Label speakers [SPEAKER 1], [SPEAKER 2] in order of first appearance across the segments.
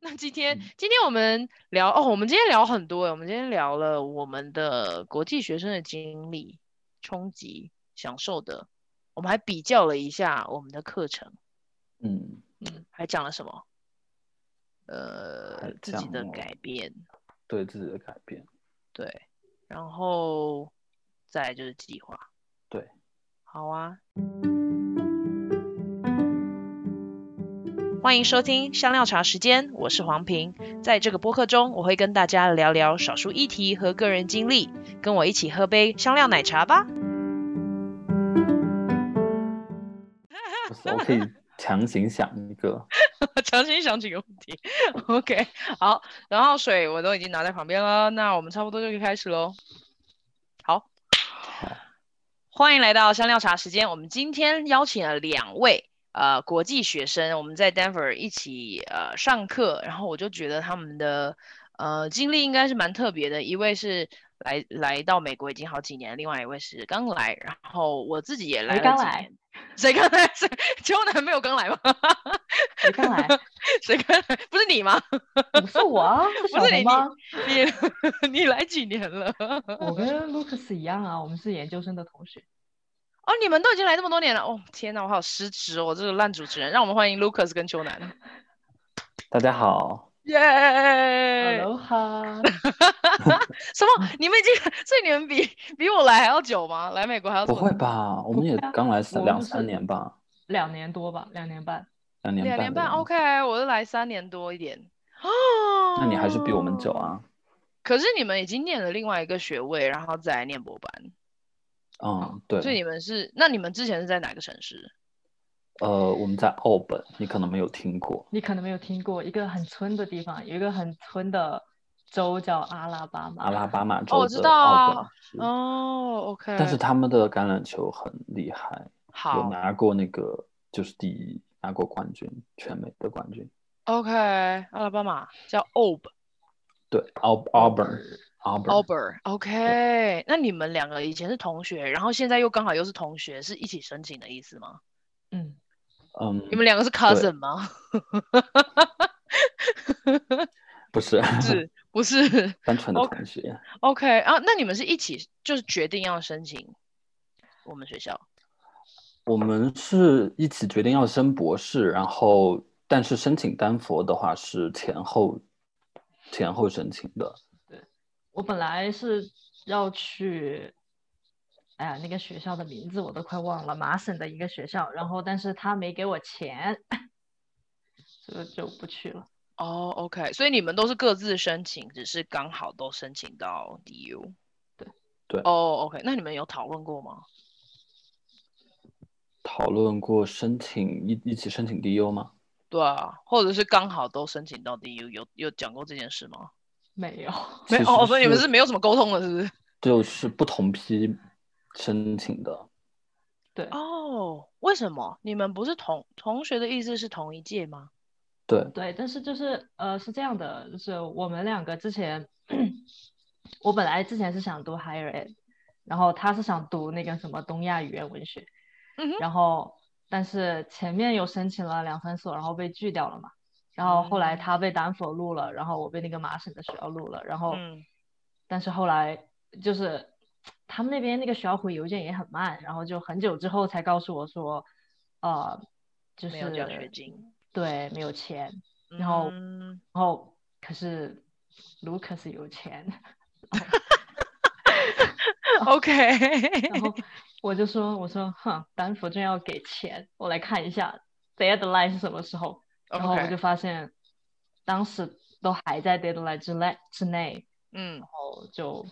[SPEAKER 1] 那今天
[SPEAKER 2] 嗯
[SPEAKER 1] 今天我们聊哦，我们今天聊很多诶，我们今天聊了我们的国际学生的经历、冲击、享受的，我们还比较了一下我们的课程，
[SPEAKER 2] 嗯，
[SPEAKER 1] 嗯，还讲了什么？呃
[SPEAKER 2] 还，
[SPEAKER 1] 自己的
[SPEAKER 2] 讲了
[SPEAKER 1] 改变，
[SPEAKER 2] 对自己的改变，
[SPEAKER 1] 对，然后再来就是计划，
[SPEAKER 2] 对，
[SPEAKER 1] 好啊。欢迎收听香料茶时间，我是黄平。在这个播客中，我会跟大家聊聊少数议题和个人经历，跟我一起喝杯香料奶茶吧。
[SPEAKER 2] 不 是我可以强行想一个，
[SPEAKER 1] 强行想几个问题，OK，好。然后水我都已经拿在旁边了，那我们差不多就可以开始喽。好，欢迎来到香料茶时间。我们今天邀请了两位呃国际学生，我们在 Denver 一起呃上课，然后我就觉得他们的呃经历应该是蛮特别的。一位是来来到美国已经好几年，另外一位是刚来，然后我自己也来了
[SPEAKER 3] 刚
[SPEAKER 1] 几
[SPEAKER 3] 来
[SPEAKER 1] 年。谁刚来？ 谁？邱南没有刚来吗？
[SPEAKER 3] 谁刚来？
[SPEAKER 1] 谁刚来？不是你吗？
[SPEAKER 3] 不是 我啊，是小
[SPEAKER 1] 不是
[SPEAKER 3] 红
[SPEAKER 1] 你
[SPEAKER 3] 吗？
[SPEAKER 1] 你 你来几年了？
[SPEAKER 3] 我跟 Lucas 一样啊，我们是研究生的同学。
[SPEAKER 1] 哦，你们都已经来这么多年了。哦，天哪，我好失职哦，我这个烂主持人。让我们欢迎 Lucas 跟秋楠。
[SPEAKER 2] 大家好，
[SPEAKER 1] 耶
[SPEAKER 3] Aloha，
[SPEAKER 1] 什么？你们已经？所以你们比比我来还要久吗？来美国还要这
[SPEAKER 2] 不
[SPEAKER 1] 么
[SPEAKER 2] 会吧？我们也
[SPEAKER 3] 会啊
[SPEAKER 2] 刚来三
[SPEAKER 3] 我
[SPEAKER 2] 两
[SPEAKER 3] 就是
[SPEAKER 2] 三年吧，
[SPEAKER 3] 两年多吧，两年半。
[SPEAKER 2] 两年
[SPEAKER 1] 两年
[SPEAKER 2] 半的
[SPEAKER 1] 半
[SPEAKER 2] 样子
[SPEAKER 1] ？OK，我是来三年多一点。哦，
[SPEAKER 2] 那你还是比我们久。啊。
[SPEAKER 1] 可是你们已经念了另外一个学位，然后再来念博班，哦
[SPEAKER 2] 嗯，对，
[SPEAKER 1] 所以你们是？那你们之前是在哪个城市？
[SPEAKER 2] 呃，我们在澳本，你可能没有听过。
[SPEAKER 3] 你可能没有听过一个很村的地方，有一个很村的州叫阿拉巴马。
[SPEAKER 2] 阿拉巴马
[SPEAKER 1] 哦
[SPEAKER 2] 州
[SPEAKER 1] 我知
[SPEAKER 2] 的
[SPEAKER 1] 道啊
[SPEAKER 2] 奥本市，
[SPEAKER 1] 哦，OK。
[SPEAKER 2] 嗯但是他们的橄榄球很厉害，有
[SPEAKER 1] 好
[SPEAKER 2] 拿过那个就是第一，拿过冠军，全美的冠军。
[SPEAKER 1] ，OK，阿拉巴马叫 Ob。
[SPEAKER 2] 对，奥奥本奥本
[SPEAKER 1] Auburn，OK，那你们两个以前是同学，然后现在又刚好又是同学，是一起申请的意思吗？
[SPEAKER 3] 嗯，
[SPEAKER 2] 嗯，
[SPEAKER 1] 你们两个是 cousin 吗？
[SPEAKER 2] 不是
[SPEAKER 1] 是不是
[SPEAKER 2] 单纯的
[SPEAKER 1] OK
[SPEAKER 2] 同学。
[SPEAKER 1] ？OK 啊，那你们是一起就是决定要申请我们学校？
[SPEAKER 2] 我们是一起决定要升博士，然后但是申请丹佛的话是前后前后申请的。
[SPEAKER 3] 我本来是要去，哎呀，那个学校的名字我都快忘了，麻省的一个学校。然后，但是他没给我钱， 所以就不去了。
[SPEAKER 1] 哦，OK，所以你们都是各自申请，只是刚好都申请到 DU。
[SPEAKER 3] 对
[SPEAKER 2] 对
[SPEAKER 1] 哦，OK，那你们有讨论过吗？
[SPEAKER 2] 讨论过申请一一起申请 DU 吗？
[SPEAKER 1] 对啊，或者是刚好都申请到 DU，有有讲过这件事吗？
[SPEAKER 3] 没有，
[SPEAKER 1] 没
[SPEAKER 2] 其
[SPEAKER 1] 有，哦，
[SPEAKER 2] 实
[SPEAKER 1] 所以你们是没有什么沟通的，是不是？
[SPEAKER 2] 就是不同批申请的，
[SPEAKER 3] 对，
[SPEAKER 1] 哦，为什么你们不是同同学的意思是同一届吗？
[SPEAKER 2] 对，
[SPEAKER 3] 对，但是就是呃，是这样的，就是我们两个之前，我本来之前是想读 higher ed，然后他是想读那个什么东亚语言文学，
[SPEAKER 1] 嗯哼
[SPEAKER 3] 然后但是前面有申请了两三所，然后被拒掉了嘛，然后后
[SPEAKER 1] 嗯
[SPEAKER 3] 来他被丹佛录了，然后我被那个麻省的学校录了，然后
[SPEAKER 1] 嗯
[SPEAKER 3] 但是后来就是他们那边那个学校回邮件也很慢，然后就很久之后才告诉我说，呃，就
[SPEAKER 1] 没有奖
[SPEAKER 3] 是
[SPEAKER 1] 学金，
[SPEAKER 3] 对，没有钱。然后
[SPEAKER 1] 嗯
[SPEAKER 3] 然后可是卢克斯有钱，
[SPEAKER 1] OK，
[SPEAKER 3] 然后我就说我说哼，丹佛正要给钱，我来看一下 deadline 是什么时候。然后我
[SPEAKER 1] OK，
[SPEAKER 3] 就发现，当时都还在 deadline 之内之内，
[SPEAKER 1] 嗯
[SPEAKER 3] 然后就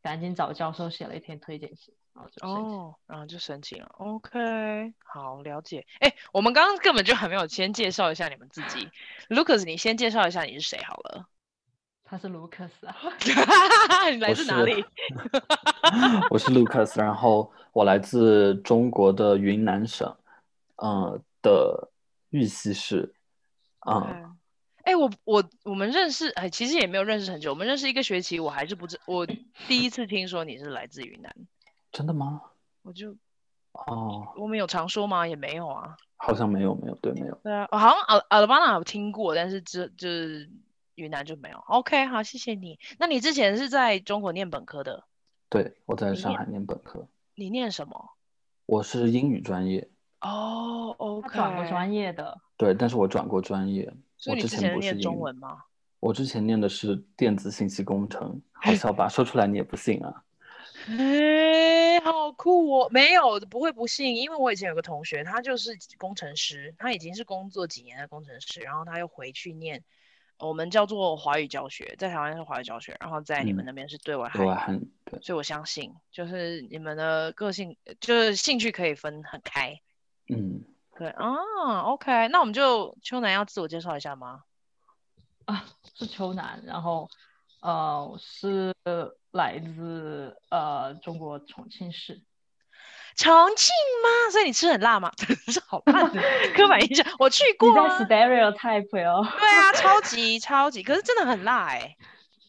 [SPEAKER 3] 赶紧找教授写了一篇推荐信，然后就申请。
[SPEAKER 1] 哦，然后就申请了。OK，好了解。哎，我们刚刚根本就还没有先介绍一下你们自己。Lucas，你先介绍一下你是谁好了。
[SPEAKER 3] 他是卢克斯啊，
[SPEAKER 1] 你来
[SPEAKER 2] 我
[SPEAKER 1] 自哪
[SPEAKER 2] 是
[SPEAKER 1] 里？
[SPEAKER 2] 我是 Lucas，然后我来自中国的云南省，呃的玉溪市，嗯、
[SPEAKER 1] OK 哎、我我我们认识，哎，其实也没有认识很久，我们认识一个学期，我还是不知，我第一次听说你是来自云南，
[SPEAKER 2] 真的吗？
[SPEAKER 1] 我就
[SPEAKER 2] 哦，
[SPEAKER 1] 我们有常说吗？也没有啊。
[SPEAKER 2] 好像没有没有，对，没有。
[SPEAKER 1] 对啊，我好像阿阿拉巴纳有听过，但是这就是云南就没有。OK，好，谢谢你。那你之前是在中国念本科的，
[SPEAKER 2] 对，我在
[SPEAKER 1] 你
[SPEAKER 2] 上
[SPEAKER 1] 念
[SPEAKER 2] 海念本科，
[SPEAKER 1] 你念什么？
[SPEAKER 2] 我是英语专业，
[SPEAKER 1] 哦，OK，
[SPEAKER 3] 他转过专业的，
[SPEAKER 2] 对，但是我转过专业，
[SPEAKER 1] 所以
[SPEAKER 2] 我
[SPEAKER 1] 你
[SPEAKER 2] 之
[SPEAKER 1] 之
[SPEAKER 2] 前
[SPEAKER 1] 前是
[SPEAKER 2] 不是
[SPEAKER 1] 念
[SPEAKER 2] 英
[SPEAKER 1] 中
[SPEAKER 2] 语
[SPEAKER 1] 文吗？
[SPEAKER 2] 我之前念的是电子信息工程，好笑吧？说出来你也不信啊。
[SPEAKER 1] 哎，好酷哦！没有，不会不信，因为我以前有个同学，他就是工程师，他已经是工作几年的工程师，然后他又回去念，呃我们叫做华语教学，在台湾是华语教学，然后在你们
[SPEAKER 2] 嗯
[SPEAKER 1] 那边是对外汉
[SPEAKER 2] 对
[SPEAKER 1] 语，
[SPEAKER 2] 外汉语，对，
[SPEAKER 1] 所以我相信，就是你们的个性，就是兴趣可以分很开。
[SPEAKER 2] 嗯，
[SPEAKER 1] 对啊，OK，那我们就秋楠要自我介绍一下吗？
[SPEAKER 3] 是秋南，然后呃是来自呃中国重庆市，
[SPEAKER 1] 重庆吗？所以你吃很辣吗？ 是好辣 的刻板印象，我去
[SPEAKER 3] 你
[SPEAKER 1] 过
[SPEAKER 3] 在
[SPEAKER 1] 啊。
[SPEAKER 3] stereotype 哦。
[SPEAKER 1] 对啊，超级超级，可是真的很辣哎、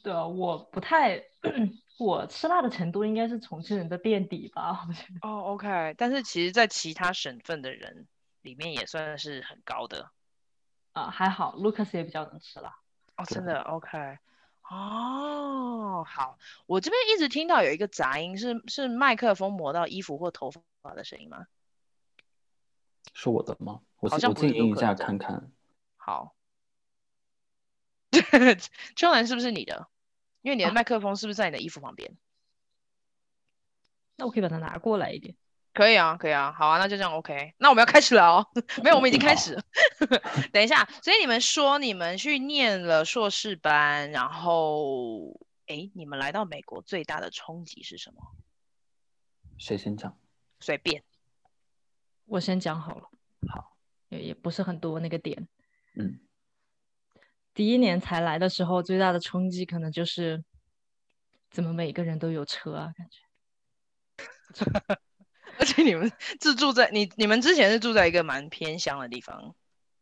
[SPEAKER 3] 对啊，我不太， 我吃辣的程度应该是重庆人的垫底吧，我觉得。
[SPEAKER 1] 哦，OK，但是其实，在其他省份的人里面也算是很高的
[SPEAKER 3] 啊，还好，Lucas 也比较能吃辣。
[SPEAKER 1] 哦，真
[SPEAKER 2] 对
[SPEAKER 1] 的 OK。哦，好，我这边一直听到有一个杂音，是是麦克风磨到衣服或头发的声音吗？
[SPEAKER 2] 是我的吗？我
[SPEAKER 1] 好
[SPEAKER 2] 静
[SPEAKER 1] 像
[SPEAKER 2] 我
[SPEAKER 1] 不是
[SPEAKER 2] 静音一
[SPEAKER 1] Lucas
[SPEAKER 2] 下
[SPEAKER 1] 的
[SPEAKER 2] 看看。
[SPEAKER 1] 好， 秋兰是不是你的？因为你的
[SPEAKER 3] 啊
[SPEAKER 1] 麦克风是不是在你的衣服旁边？
[SPEAKER 3] 那我可以把它拿过来一点。
[SPEAKER 1] 可以啊，可以啊，好啊，那就这样 OK。那我们要开始了哦， 没有，我们已经开始了。 等一下，所以你们说你们去念了硕士班，然后，诶，你们来到美国最大的冲击是什么？
[SPEAKER 2] 谁先讲？
[SPEAKER 1] 随便。
[SPEAKER 3] 我先讲好了。
[SPEAKER 2] 好，
[SPEAKER 3] 也也不是很多那个点。
[SPEAKER 2] 嗯，
[SPEAKER 3] 第一年才来的时候，最大的冲击可能就是，怎么每个人都有车啊？感觉
[SPEAKER 1] 而且你们是住在你你们之前是住在一个蛮偏乡的地方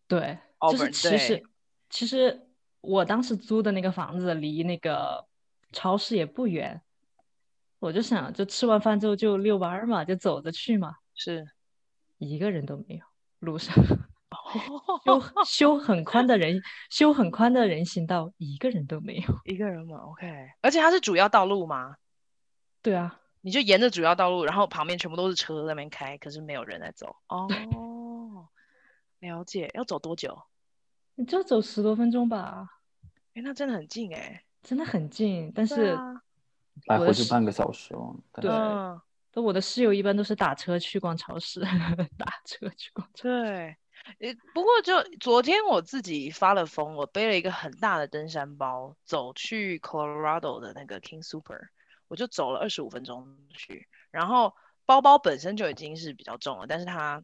[SPEAKER 3] 对，就
[SPEAKER 1] ，Auburn
[SPEAKER 3] 是其实其实我当时租的那个房子离那个超市也不远，我就想就吃完饭之后就遛弯儿嘛，就走着去嘛。
[SPEAKER 1] 是，
[SPEAKER 3] 一个人都没有，路上
[SPEAKER 1] 哦，
[SPEAKER 3] 修 修很宽的人修很宽的人行道，一个人都没有。
[SPEAKER 1] 一个人嘛，OK。而且它是主要道路吗？
[SPEAKER 3] 对啊，
[SPEAKER 1] 你就沿着主要道路，然后旁边全部都是车在那边开，可是没有人在走。哦，了解。要走多久？
[SPEAKER 3] 你就走十多分钟吧，
[SPEAKER 1] 哎，那真的很近哎。
[SPEAKER 3] 真的很近。但
[SPEAKER 1] 对
[SPEAKER 3] 是
[SPEAKER 1] 啊
[SPEAKER 2] 来
[SPEAKER 3] 我
[SPEAKER 2] 回
[SPEAKER 3] 的
[SPEAKER 2] 就是半个小时哦。但
[SPEAKER 3] 对
[SPEAKER 2] 是
[SPEAKER 1] 嗯，
[SPEAKER 3] 但我的室友一般都是打车去逛超市， 打车去逛超市。
[SPEAKER 1] 对。呃，不过就昨天我自己发了疯，我背了一个很大的登山包，走去 Colorado 的那个 King Super，我就走了二十五分钟去。然后包包本身就已经是比较重了，但是它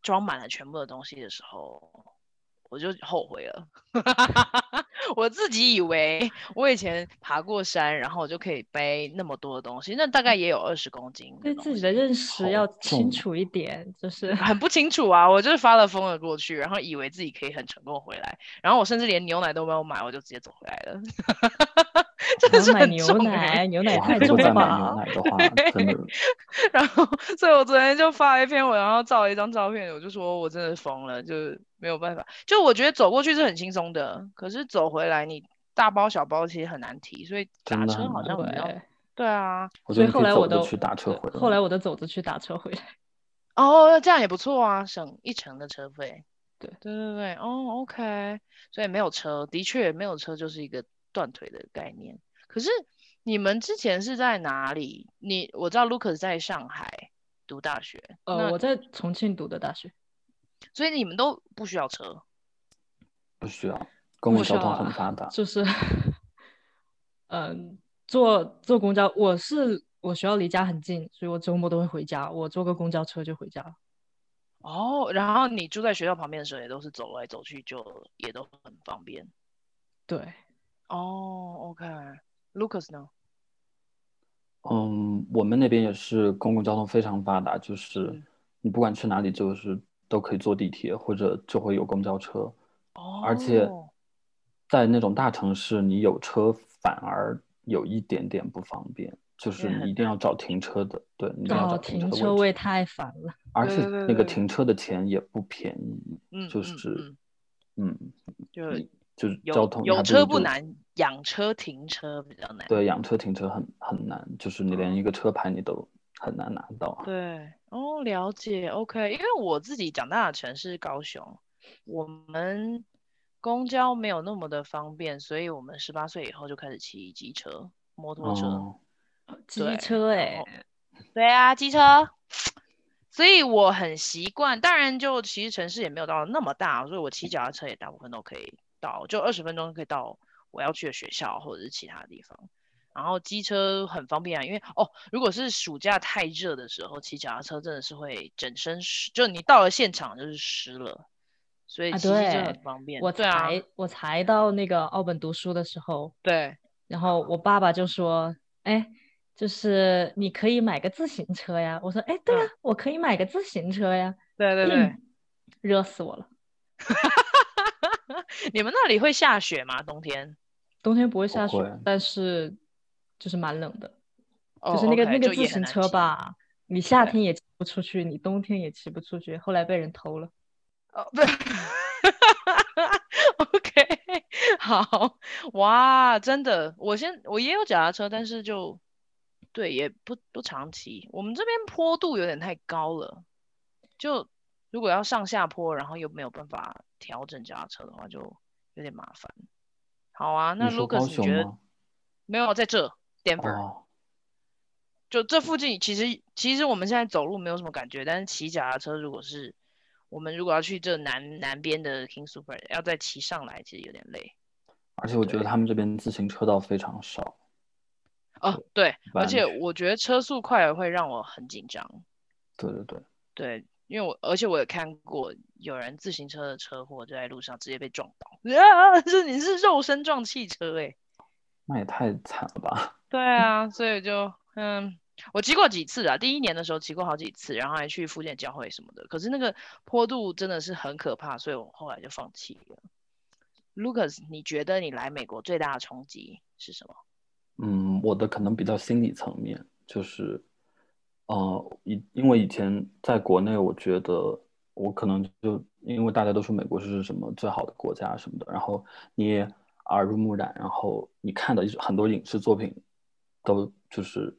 [SPEAKER 1] 装满了全部的东西的时候，我就后悔了。 我自己以为我以前爬过山，然后我就可以背那么多的东西，那大概也有二十公斤的
[SPEAKER 3] 对
[SPEAKER 1] 东
[SPEAKER 3] 自己
[SPEAKER 1] 西
[SPEAKER 3] 的认识
[SPEAKER 2] 好
[SPEAKER 3] 要
[SPEAKER 2] 重
[SPEAKER 3] 清
[SPEAKER 2] 啊
[SPEAKER 3] 楚一点，就是
[SPEAKER 1] 很不清楚啊，我就是发了疯了过去，然后以为自己可以很成功回来，然后我甚至连牛奶都没有买，我就直接走回来了， 真的
[SPEAKER 3] 然
[SPEAKER 1] 是
[SPEAKER 3] 后买
[SPEAKER 1] 很
[SPEAKER 3] 牛
[SPEAKER 1] 重欸
[SPEAKER 3] 奶，牛奶也
[SPEAKER 2] 哇
[SPEAKER 3] 太
[SPEAKER 2] 如
[SPEAKER 3] 重
[SPEAKER 2] 果
[SPEAKER 3] 了
[SPEAKER 2] 再买牛
[SPEAKER 3] 吧？
[SPEAKER 2] 奶 的话，真的
[SPEAKER 1] 然后，所以我昨天就发了一篇文，然后照了一张照片，我就说我真的疯了，就是没有办法。就我觉得走过去是很轻松的，可是走回来你大包小包其实很难提，所以
[SPEAKER 2] 真
[SPEAKER 1] 打
[SPEAKER 2] 的
[SPEAKER 1] 车
[SPEAKER 2] 很
[SPEAKER 1] 好
[SPEAKER 2] 难
[SPEAKER 1] 像比较
[SPEAKER 3] 对，
[SPEAKER 1] 对啊，
[SPEAKER 2] 我
[SPEAKER 3] 所
[SPEAKER 2] 觉得你
[SPEAKER 3] 以
[SPEAKER 2] 可
[SPEAKER 3] 后
[SPEAKER 2] 以
[SPEAKER 3] 来我
[SPEAKER 2] 走
[SPEAKER 3] 都
[SPEAKER 2] 着去打车回来。
[SPEAKER 3] 后来我都走着去打车回来。
[SPEAKER 1] 哦，这样也不错啊，省一成的车费。
[SPEAKER 3] 对
[SPEAKER 1] 对对对，哦，OK，所以没有车，的确没有车就是一个断腿的概念。可是你们之前是在哪里？你我知道 Lucas 在上海读大学，
[SPEAKER 3] 呃，
[SPEAKER 1] 那
[SPEAKER 3] 我在重庆读的大学，
[SPEAKER 1] 所以你们都不需要车。
[SPEAKER 2] 不需要，公共
[SPEAKER 3] 不需
[SPEAKER 2] 交通
[SPEAKER 3] 要
[SPEAKER 2] 很
[SPEAKER 3] 啊
[SPEAKER 2] 发达。
[SPEAKER 3] 就是，嗯，坐坐公交，我是我学校离家很近，所以我周末都会回家，我坐个公交车就回家了。
[SPEAKER 1] 哦，然后你住在学校旁边的时候，也都是走来走去，就也都很方便。
[SPEAKER 3] 对，
[SPEAKER 1] 哦，OK，Lucas 呢？
[SPEAKER 2] 嗯，我们那边也是公共交通非常发达，就是
[SPEAKER 1] 嗯
[SPEAKER 2] 你不管去哪里，就是都可以坐地铁或者就会有公交车。
[SPEAKER 1] 哦，
[SPEAKER 2] 而且在那种大城市，你有车反而有一点点不方便，就是
[SPEAKER 1] 也很
[SPEAKER 2] 你一定要找停车的，对，你一定要
[SPEAKER 3] 哦，
[SPEAKER 2] 找
[SPEAKER 3] 停
[SPEAKER 2] 车
[SPEAKER 3] 车
[SPEAKER 2] 的
[SPEAKER 3] 位
[SPEAKER 2] 位置，
[SPEAKER 3] 太烦了。
[SPEAKER 2] 而
[SPEAKER 1] 对
[SPEAKER 2] 且
[SPEAKER 1] 对
[SPEAKER 2] 那个
[SPEAKER 1] 对
[SPEAKER 2] 停车的钱也不便宜，
[SPEAKER 1] 嗯，
[SPEAKER 2] 就
[SPEAKER 1] 嗯
[SPEAKER 2] 是
[SPEAKER 1] 嗯，
[SPEAKER 2] 嗯，
[SPEAKER 1] 就
[SPEAKER 2] 你就是
[SPEAKER 1] 有
[SPEAKER 2] 交通
[SPEAKER 1] 有
[SPEAKER 2] 还
[SPEAKER 1] 车
[SPEAKER 2] 如
[SPEAKER 1] 不
[SPEAKER 2] 就，
[SPEAKER 1] 难，养车停车比较难。
[SPEAKER 2] 对，养车停车很很难，就是你
[SPEAKER 1] 哦
[SPEAKER 2] 连一个车牌你都很难拿到啊。
[SPEAKER 1] 对，哦，了解，OK。因为我自己长大的城市是高雄，我们公交没有那么的方便，所以我们十八岁以后就开始骑机车、摩托车。
[SPEAKER 2] 哦，
[SPEAKER 3] 机
[SPEAKER 1] 对
[SPEAKER 3] 车
[SPEAKER 1] 然
[SPEAKER 3] 哎
[SPEAKER 1] 后，对啊，机车。所以我很习惯，当然就其实城市也没有到那么大，所以我骑脚踏车也大部分都可以到，就二十分钟可以到我要去的学校或者是其他地方。然后机车很方便啊，因为哦，如果是暑假太热的时候，骑脚踏车真的是会整身湿，就你到了现场就是湿了，所以
[SPEAKER 3] 啊
[SPEAKER 1] 骑机车
[SPEAKER 3] 对
[SPEAKER 1] 很方便。
[SPEAKER 3] 我
[SPEAKER 1] 对啊，
[SPEAKER 3] 才我才到那个澳本读书的时候，
[SPEAKER 1] 对，
[SPEAKER 3] 然后我爸爸就说：“哎，就是你可以买个自行车呀。”我说：“哎，对呀、
[SPEAKER 1] 嗯
[SPEAKER 3] 我可以买个自行车呀。
[SPEAKER 1] 对对 对，
[SPEAKER 3] 热死我了，
[SPEAKER 1] 你们那里会下雪吗？冬天？
[SPEAKER 3] 冬天不会下
[SPEAKER 2] 不
[SPEAKER 3] 雪，
[SPEAKER 2] 会
[SPEAKER 3] 但是就是蛮冷的，
[SPEAKER 1] 哦
[SPEAKER 3] 就是那个
[SPEAKER 1] ，OK，
[SPEAKER 3] 那个
[SPEAKER 1] 就
[SPEAKER 3] 自
[SPEAKER 1] 也很
[SPEAKER 3] 行
[SPEAKER 1] 难
[SPEAKER 3] 车
[SPEAKER 1] 骑
[SPEAKER 3] 吧，你夏
[SPEAKER 1] 对
[SPEAKER 3] 天也骑不出去，你冬天也骑不出去，后来被人偷了。
[SPEAKER 1] 哦，不 ，OK，好，哇，真的，我先我也有脚踏车，但是就对，也不不常骑。我们这边坡度有点太高了，就如果要上下坡，然后又没有办法调整脚踏车的话，就有点麻烦。好啊，那
[SPEAKER 2] 你说
[SPEAKER 1] Lucas，
[SPEAKER 2] 高
[SPEAKER 1] 你
[SPEAKER 2] 雄
[SPEAKER 1] 觉得
[SPEAKER 2] 吗？
[SPEAKER 1] 没有在这 Denver？
[SPEAKER 2] 哦，
[SPEAKER 1] 就这附近，其实其实我们现在走路没有什么感觉，但是骑脚踏车，如果是我们如果要去这南南边的 King Super，要再骑上来，其实有点累。
[SPEAKER 2] 而且我觉得他们这边自行车道非常少，
[SPEAKER 1] 哦，对，而
[SPEAKER 2] 完
[SPEAKER 1] 且
[SPEAKER 2] 全
[SPEAKER 1] 我觉得车速快了会让我很紧张。
[SPEAKER 2] 对对对，
[SPEAKER 1] 对，因为我而且我也看过有人自行车的车祸，就在路上直接被撞倒， 啊，是你是肉身撞汽车欸诶、
[SPEAKER 2] 那也太惨了吧？
[SPEAKER 1] 对啊，所以就嗯，我骑过几次啊，第一年的时候骑过好几次，然后还去福建教会什么的。可是那个坡度真的是很可怕，所以我后来就放弃了。Lucas，你觉得你来美国最大的冲击是什么？
[SPEAKER 2] 嗯，我的可能比较心理层面，就是，呃，以因为以前在国内，我觉得我可能就因为大家都说美国是什么最好的国家什么的，然后你也耳濡目染，然后你看的一很多影视作品，都就是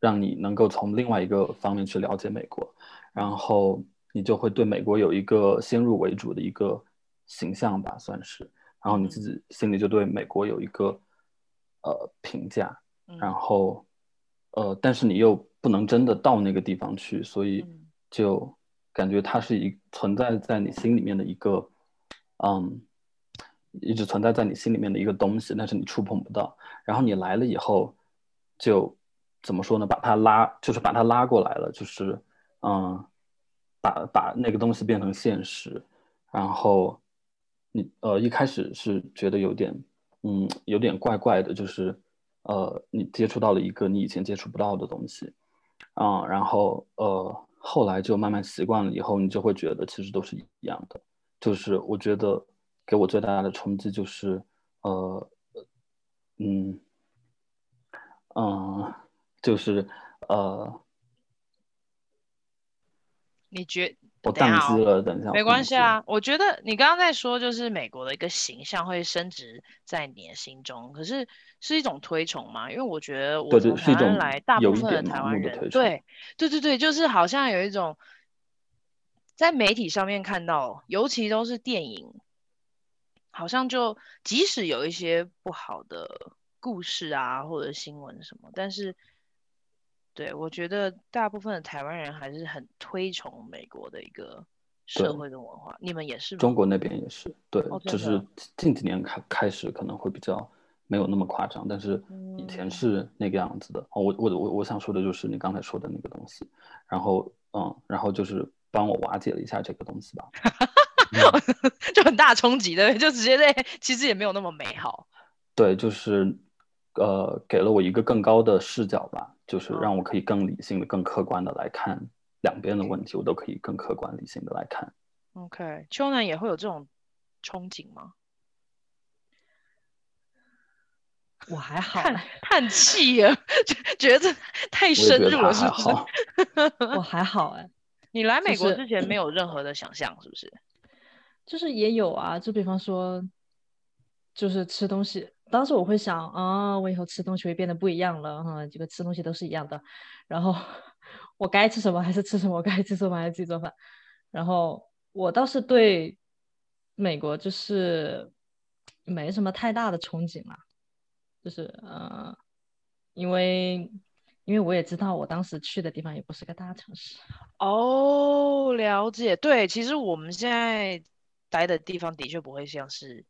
[SPEAKER 2] 让你能够从另外一个方面去了解美国，然后你就会对美国有一个先入为主的一个形象吧，算是。然后你
[SPEAKER 1] 嗯
[SPEAKER 2] 自己心里就对美国有一个呃评价，
[SPEAKER 1] 嗯
[SPEAKER 2] 然后呃，但是你又不能真的到那个地方去，所以
[SPEAKER 1] 嗯
[SPEAKER 2] 就感觉它是一存在在你心里面的一个，嗯，一直存在在你心里面的一个东西，但是你触碰不到。然后你来了以后，就怎么说呢？把它拉，就是把它拉过来了，就是嗯，把把那个东西变成现实。然后你呃一开始是觉得有点嗯有点怪怪的，就是呃你接触到了一个你以前接触不到的东西，啊、然后呃后来就慢慢习惯了以后，你就会觉得其实都是一样的。就是我觉得给我最大的冲击就是呃嗯嗯、呃就是呃
[SPEAKER 1] 你觉
[SPEAKER 2] 我
[SPEAKER 1] 等一下
[SPEAKER 2] 宕机
[SPEAKER 1] 哦
[SPEAKER 2] 了，等一下
[SPEAKER 1] 没
[SPEAKER 2] 我
[SPEAKER 1] 关
[SPEAKER 2] 宕
[SPEAKER 1] 系
[SPEAKER 2] 机
[SPEAKER 1] 啊，我觉得你刚刚在说，就是美国的一个形象会升值在你的心中，可是是一种推崇嘛？因为我觉得我
[SPEAKER 2] 对对
[SPEAKER 1] 从
[SPEAKER 2] 是
[SPEAKER 1] 台
[SPEAKER 2] 一
[SPEAKER 1] 湾
[SPEAKER 2] 种
[SPEAKER 1] 来，大
[SPEAKER 2] 有
[SPEAKER 1] 部
[SPEAKER 2] 一
[SPEAKER 1] 分
[SPEAKER 2] 点
[SPEAKER 1] 台
[SPEAKER 2] 盲
[SPEAKER 1] 湾
[SPEAKER 2] 目的
[SPEAKER 1] 人，
[SPEAKER 2] 推崇
[SPEAKER 1] 对对对对，就是好像有一种在媒体上面看到，尤其都是电影，好像就即使有一些不好的故事啊，或者新闻什么，但是对我觉得大部分的台湾人还是很推崇美国的一个社
[SPEAKER 2] 对
[SPEAKER 1] 会跟文化，你们也是吗？
[SPEAKER 2] 中国那边也是，对，
[SPEAKER 1] 哦真
[SPEAKER 2] 就
[SPEAKER 1] 的
[SPEAKER 2] 是近几年开开始可能会比较没有那么夸张，但是以前
[SPEAKER 1] 嗯
[SPEAKER 2] 是那个样子的。哦，我我我我想说的就是你刚才说的那个东西，然后嗯，然后就是帮我瓦解了一下这个东西吧。嗯
[SPEAKER 1] 就很大冲击的，就直接在其实也没有那么美好。
[SPEAKER 2] 对，就是呃，给了我一个更高的视角吧，就是
[SPEAKER 1] 嗯
[SPEAKER 2] 让我可以更理性的、更客观的来看两边的问题，我都可以更客观理性的来看。
[SPEAKER 1] OK，秋楠也会有这种憧憬吗？
[SPEAKER 3] 我还好
[SPEAKER 1] 叹
[SPEAKER 3] 嘞，
[SPEAKER 1] 叹气呀， 觉觉得太
[SPEAKER 2] 我也
[SPEAKER 1] 深
[SPEAKER 2] 觉得
[SPEAKER 1] 入了，
[SPEAKER 2] 他
[SPEAKER 1] 是
[SPEAKER 2] 还
[SPEAKER 1] 不是？
[SPEAKER 2] 好。
[SPEAKER 3] 我还好哎，
[SPEAKER 1] 你来美
[SPEAKER 3] 就
[SPEAKER 1] 国
[SPEAKER 3] 是
[SPEAKER 1] 之前没有任何的想象，是不是？
[SPEAKER 3] 就是也有啊，就比方说，就是吃东西，当时我会想啊，我以后吃东西会变得不一样了哈、这个吃东西都是一样的，然后 我该吃什么还是吃什么，我该吃什么还是自己做饭，然后我倒是对美国就是没什么太大的憧憬啦，就是呃，因为因为我也知道我当时去的地方也不是个大城市，
[SPEAKER 1] 哦，了解。对，其实我们现在待的地方的确不会像是，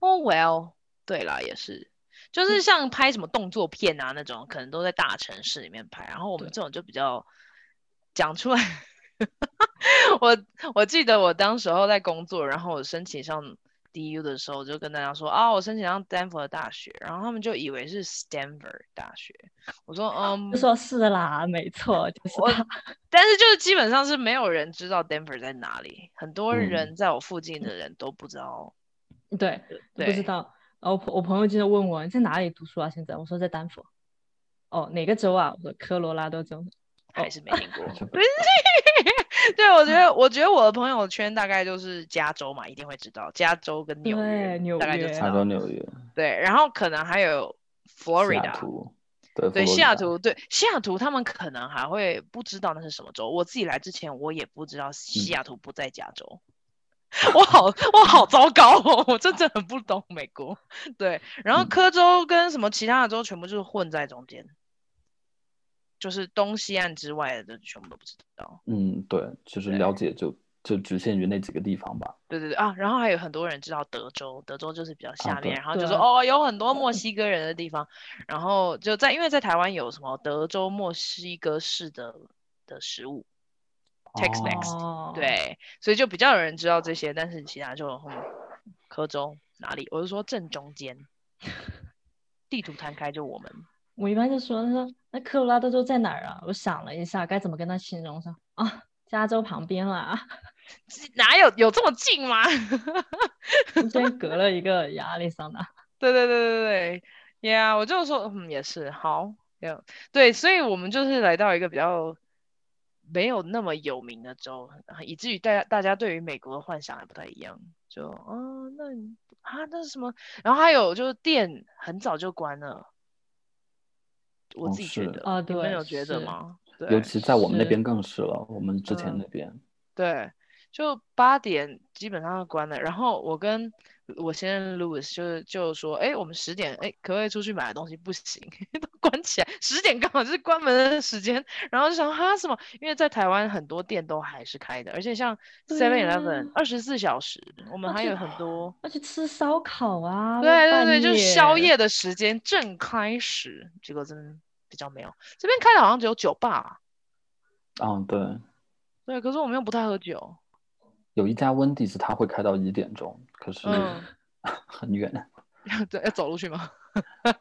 [SPEAKER 1] 哦，well，对啦，也是，就是像拍什么动作片啊那种，可能都在大城市里面拍，然后我们
[SPEAKER 3] 对
[SPEAKER 1] 这种就比较讲出来。 我我记得我当时候在工作，然后我申请上 DU 的时候，我就跟大家说啊，我申请上丹佛大学，然后他们就以为是 Stanford 大学，我说嗯
[SPEAKER 3] 就。说是啦，没错，就是
[SPEAKER 1] 我
[SPEAKER 3] 它
[SPEAKER 1] 但是就是基本上是没有人知道 Denver 在哪里，很多
[SPEAKER 2] 嗯
[SPEAKER 1] 人在我附近的人都不知道。
[SPEAKER 3] 对。都不
[SPEAKER 1] 对
[SPEAKER 3] 知道。然后我朋我朋友经常问我你在哪里读书啊？现在我说在丹佛。哦，哪个州啊？我说科罗拉多州。
[SPEAKER 1] 还是没听 过
[SPEAKER 2] 这。
[SPEAKER 1] 对，啊对我觉得，我觉得我的朋友圈大概就是加州嘛，一定会知道加州跟纽约，
[SPEAKER 3] 对纽
[SPEAKER 1] 大概就
[SPEAKER 3] 约
[SPEAKER 1] 知
[SPEAKER 2] 加
[SPEAKER 1] 道
[SPEAKER 2] 州、。纽约、
[SPEAKER 1] 对，然后可能还有
[SPEAKER 2] 西雅
[SPEAKER 1] Florida。
[SPEAKER 2] 图，对，
[SPEAKER 1] 啊对，
[SPEAKER 2] 佛罗
[SPEAKER 1] 西雅
[SPEAKER 2] 里达，
[SPEAKER 1] 图，对，西雅图，他们可能还会不知道那是什么州。我自己来之前，我也不知道西
[SPEAKER 2] 嗯
[SPEAKER 1] 雅图不在加州。 我好，我好糟糕哦！我真的很不懂美国。对，然后
[SPEAKER 2] 嗯
[SPEAKER 1] 科州跟什么其他的州全部就是混在中间，就是东西岸之外的就全部都不知道。
[SPEAKER 2] 嗯，对，就是
[SPEAKER 1] 对
[SPEAKER 2] 了解就就局限于那几个地方吧。
[SPEAKER 1] 对对对啊，然后还有很多人知道德州，德州就是比较下
[SPEAKER 2] 对
[SPEAKER 1] 面，然后就
[SPEAKER 3] 对
[SPEAKER 1] 说
[SPEAKER 3] 啊
[SPEAKER 1] 哦，有很多墨西哥人的地方，然后就在因为在台湾有什么德州墨西哥式的的食物。Tex-Mex
[SPEAKER 3] 哦，，
[SPEAKER 1] 对，所以就比较有人知道这些，但是其他就嗯，科州哪里？我是说正中间， 地图摊开就我们。
[SPEAKER 3] 我一般就说，他说那科罗拉多州在哪儿啊？我想了一下，该怎么跟他形容上啊？加州旁边啦，
[SPEAKER 1] 哪有有这么近吗？
[SPEAKER 3] 中间隔了一个亚利桑那。
[SPEAKER 1] 对对对对对，Yeah，我就说嗯也是好，yeah，对，所以我们就是来到一个比较没有那么有名的州，以至于大家大家对于美国的幻想还不太一样。就哦，那你啊那是什么？然后还有就是店很早就关了，我
[SPEAKER 2] 哦
[SPEAKER 1] 自己觉
[SPEAKER 2] 是
[SPEAKER 1] 得，
[SPEAKER 3] 啊
[SPEAKER 1] 你们
[SPEAKER 3] 对
[SPEAKER 1] 有觉得
[SPEAKER 3] 是
[SPEAKER 1] 吗？
[SPEAKER 2] 尤
[SPEAKER 1] 对
[SPEAKER 2] 其在我们那
[SPEAKER 3] 是
[SPEAKER 2] 边更是了，我们之前
[SPEAKER 1] 嗯
[SPEAKER 2] 那边，
[SPEAKER 1] 对，就八点基本上要关了。然后我跟我先生 Louis 就是就说，哎，我们十点，哎，可不可以出去买个东西？不行， 都关起来。十点刚好就是关门的时间。然后就想哈什么？因为在台湾很多店都还是开的，而且像
[SPEAKER 3] 对
[SPEAKER 1] Seven
[SPEAKER 3] 呀
[SPEAKER 1] Eleven 二十四小时，我们
[SPEAKER 3] 而
[SPEAKER 1] 还
[SPEAKER 3] 且
[SPEAKER 1] 有很多。
[SPEAKER 3] 要去吃烧烤啊，
[SPEAKER 1] 对对
[SPEAKER 3] 半
[SPEAKER 1] 对，就是宵
[SPEAKER 3] 夜
[SPEAKER 1] 夜的时间正开始，结果真比较没有。这边开的好像只有酒吧，啊
[SPEAKER 2] 嗯，对，
[SPEAKER 1] 对，可是我们又不太喝酒。
[SPEAKER 2] 有一家温蒂是它会开到一点钟，可是
[SPEAKER 1] 嗯
[SPEAKER 2] 很 远，
[SPEAKER 1] 对，要走路去吗？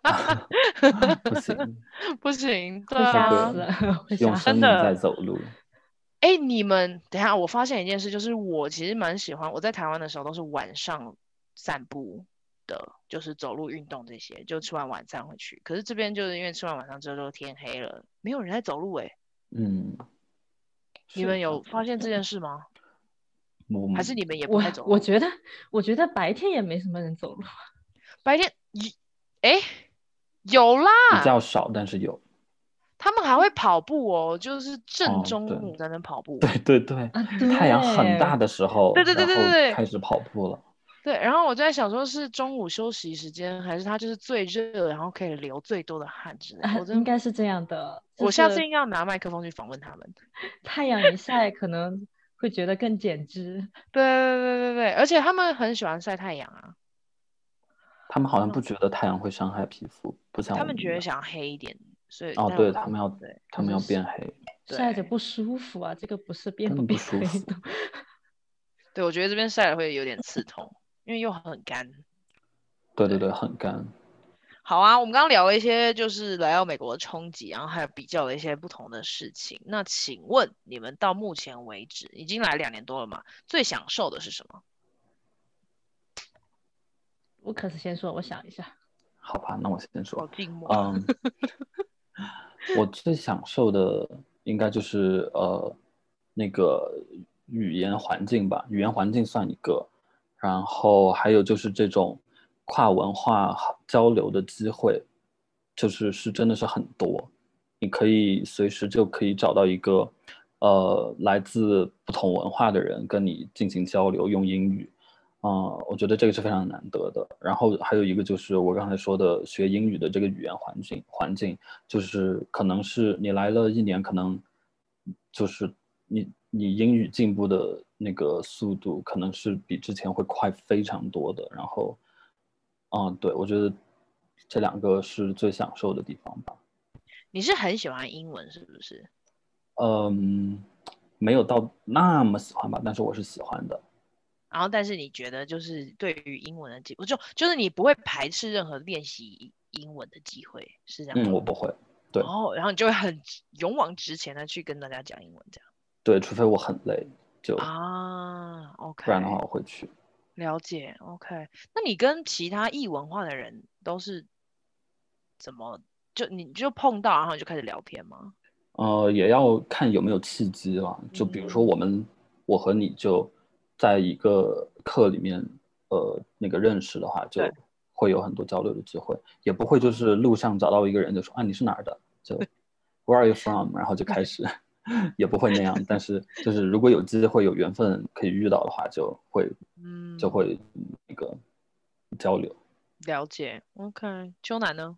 [SPEAKER 2] 不行，
[SPEAKER 1] 不行，对
[SPEAKER 3] 会吓
[SPEAKER 1] 啊
[SPEAKER 3] 死。了， 会吓
[SPEAKER 2] 用
[SPEAKER 3] 死
[SPEAKER 2] 声
[SPEAKER 1] 真
[SPEAKER 2] 音
[SPEAKER 1] 的
[SPEAKER 2] 在走路。
[SPEAKER 1] 哎，你们等一下，我发现一件事，就是我其实蛮喜欢，我在台湾的时候都是晚上散步的，就是走路运动这些，就吃完晚餐回去。可是这边就是因为吃完晚上之后都天黑了，没有人在走路哎。
[SPEAKER 2] 嗯，
[SPEAKER 1] 你
[SPEAKER 2] 是
[SPEAKER 1] 们
[SPEAKER 2] 的嗯
[SPEAKER 1] 有发现这件事吗？
[SPEAKER 2] 我
[SPEAKER 1] 还是你们也不
[SPEAKER 3] 我
[SPEAKER 1] 太走
[SPEAKER 3] 我
[SPEAKER 1] 路？
[SPEAKER 3] 觉得，我觉得白天也没什么人走路。
[SPEAKER 1] 白天你哎有啦，
[SPEAKER 2] 比较少，但是有，
[SPEAKER 1] 他们还会跑步哦，就是正
[SPEAKER 2] 哦
[SPEAKER 1] 中
[SPEAKER 2] 对
[SPEAKER 1] 午在那边跑步。
[SPEAKER 2] 对 对对，
[SPEAKER 3] 啊，
[SPEAKER 2] 太阳很大
[SPEAKER 3] 对，
[SPEAKER 2] 的时候，
[SPEAKER 1] 对对对对对
[SPEAKER 2] 然
[SPEAKER 1] 对
[SPEAKER 2] 后开始跑步了。
[SPEAKER 1] 对，然后我就在想，说是中午休息时间，还是他就是最热，然后可以流最多的汗之类的。
[SPEAKER 3] 啊
[SPEAKER 1] 我真
[SPEAKER 3] 应
[SPEAKER 1] 的
[SPEAKER 3] 该是这样的。就
[SPEAKER 1] 我下
[SPEAKER 3] 是
[SPEAKER 1] 次应该要拿麦克风去访问他们。
[SPEAKER 3] 太阳一晒，可能会觉得更减脂。
[SPEAKER 1] 对对对对对，而且他们很喜欢晒太阳啊，
[SPEAKER 2] 他们好像不觉得太阳会伤害皮肤，不
[SPEAKER 1] 嗯
[SPEAKER 2] 像
[SPEAKER 1] 他
[SPEAKER 2] 我
[SPEAKER 1] 们
[SPEAKER 2] 们
[SPEAKER 1] 觉得
[SPEAKER 2] 一样
[SPEAKER 1] 想黑一点，所以
[SPEAKER 2] 哦，
[SPEAKER 1] 但
[SPEAKER 2] 对
[SPEAKER 1] 我
[SPEAKER 2] 他们要
[SPEAKER 1] 对
[SPEAKER 2] 他们要
[SPEAKER 3] 就是
[SPEAKER 2] 变黑，
[SPEAKER 3] 晒着
[SPEAKER 1] 对
[SPEAKER 3] 不舒服啊，这个不是变
[SPEAKER 2] 真
[SPEAKER 3] 不
[SPEAKER 2] 的不
[SPEAKER 3] 变
[SPEAKER 2] 舒
[SPEAKER 3] 黑
[SPEAKER 2] 服
[SPEAKER 3] 的。
[SPEAKER 1] 对我觉得这边晒了会有点刺痛，因为又很干。
[SPEAKER 2] 对对对，很干。
[SPEAKER 1] 好啊，我们刚刚聊了一些就是来到美国的冲击，然后还有比较了一些不同的事情。那请问你们到目前为止已经来两年多了嘛？最享受的是什么？
[SPEAKER 3] 我可是先说，我想一下，
[SPEAKER 2] 好吧，那我先说。
[SPEAKER 1] 好哦静默。
[SPEAKER 2] 嗯，我最享受的应该就是呃那个语言环境吧，语言环境算一个，然后还有就是这种跨文化交流的机会，就是是真的是很多，你可以随时就可以找到一个呃来自不同文化的人跟你进行交流，用英语。啊、我觉得这个是非常难得的。然后还有一个就是我刚才说的学英语的这个语言环境环境，就是可能是你来了一年，可能就是你你英语进步的那个速度，可能是比之前会快非常多的。然后，嗯，对，我觉得这两个是最享受的地方吧。
[SPEAKER 1] 你是很喜欢英文是不是？
[SPEAKER 2] 嗯，没有到那么喜欢吧，但是我是喜欢的。
[SPEAKER 1] 然后，但是你觉得就是对于英文的机，就就是你不会排斥任何练习英文的机会，是这样吗？
[SPEAKER 2] 嗯，我不会。对
[SPEAKER 1] 然后，然后你就会很直勇往直前的去跟大家讲英文，这样
[SPEAKER 2] 对，除非我很累，就
[SPEAKER 1] 啊？OK，
[SPEAKER 2] 不然的话我会去。
[SPEAKER 1] 了解，OK。那你跟其他异文化的人都是怎么就你就碰到，然后你就开始聊天吗？
[SPEAKER 2] 呃，也要看有没有契机了。就比如说我们，我和你就在一个课里面，呃，那个认识的话，就
[SPEAKER 1] 对
[SPEAKER 2] 会有很多交流的机会，也不会就是路上找到一个人就说啊你是哪儿的，就 Where are you from，然后就开始， 也不会那样。但是就是如果有机会有缘分可以遇到的话，就会
[SPEAKER 1] 嗯，
[SPEAKER 2] 就会那个交流。
[SPEAKER 1] 了解，OK。秋楠呢？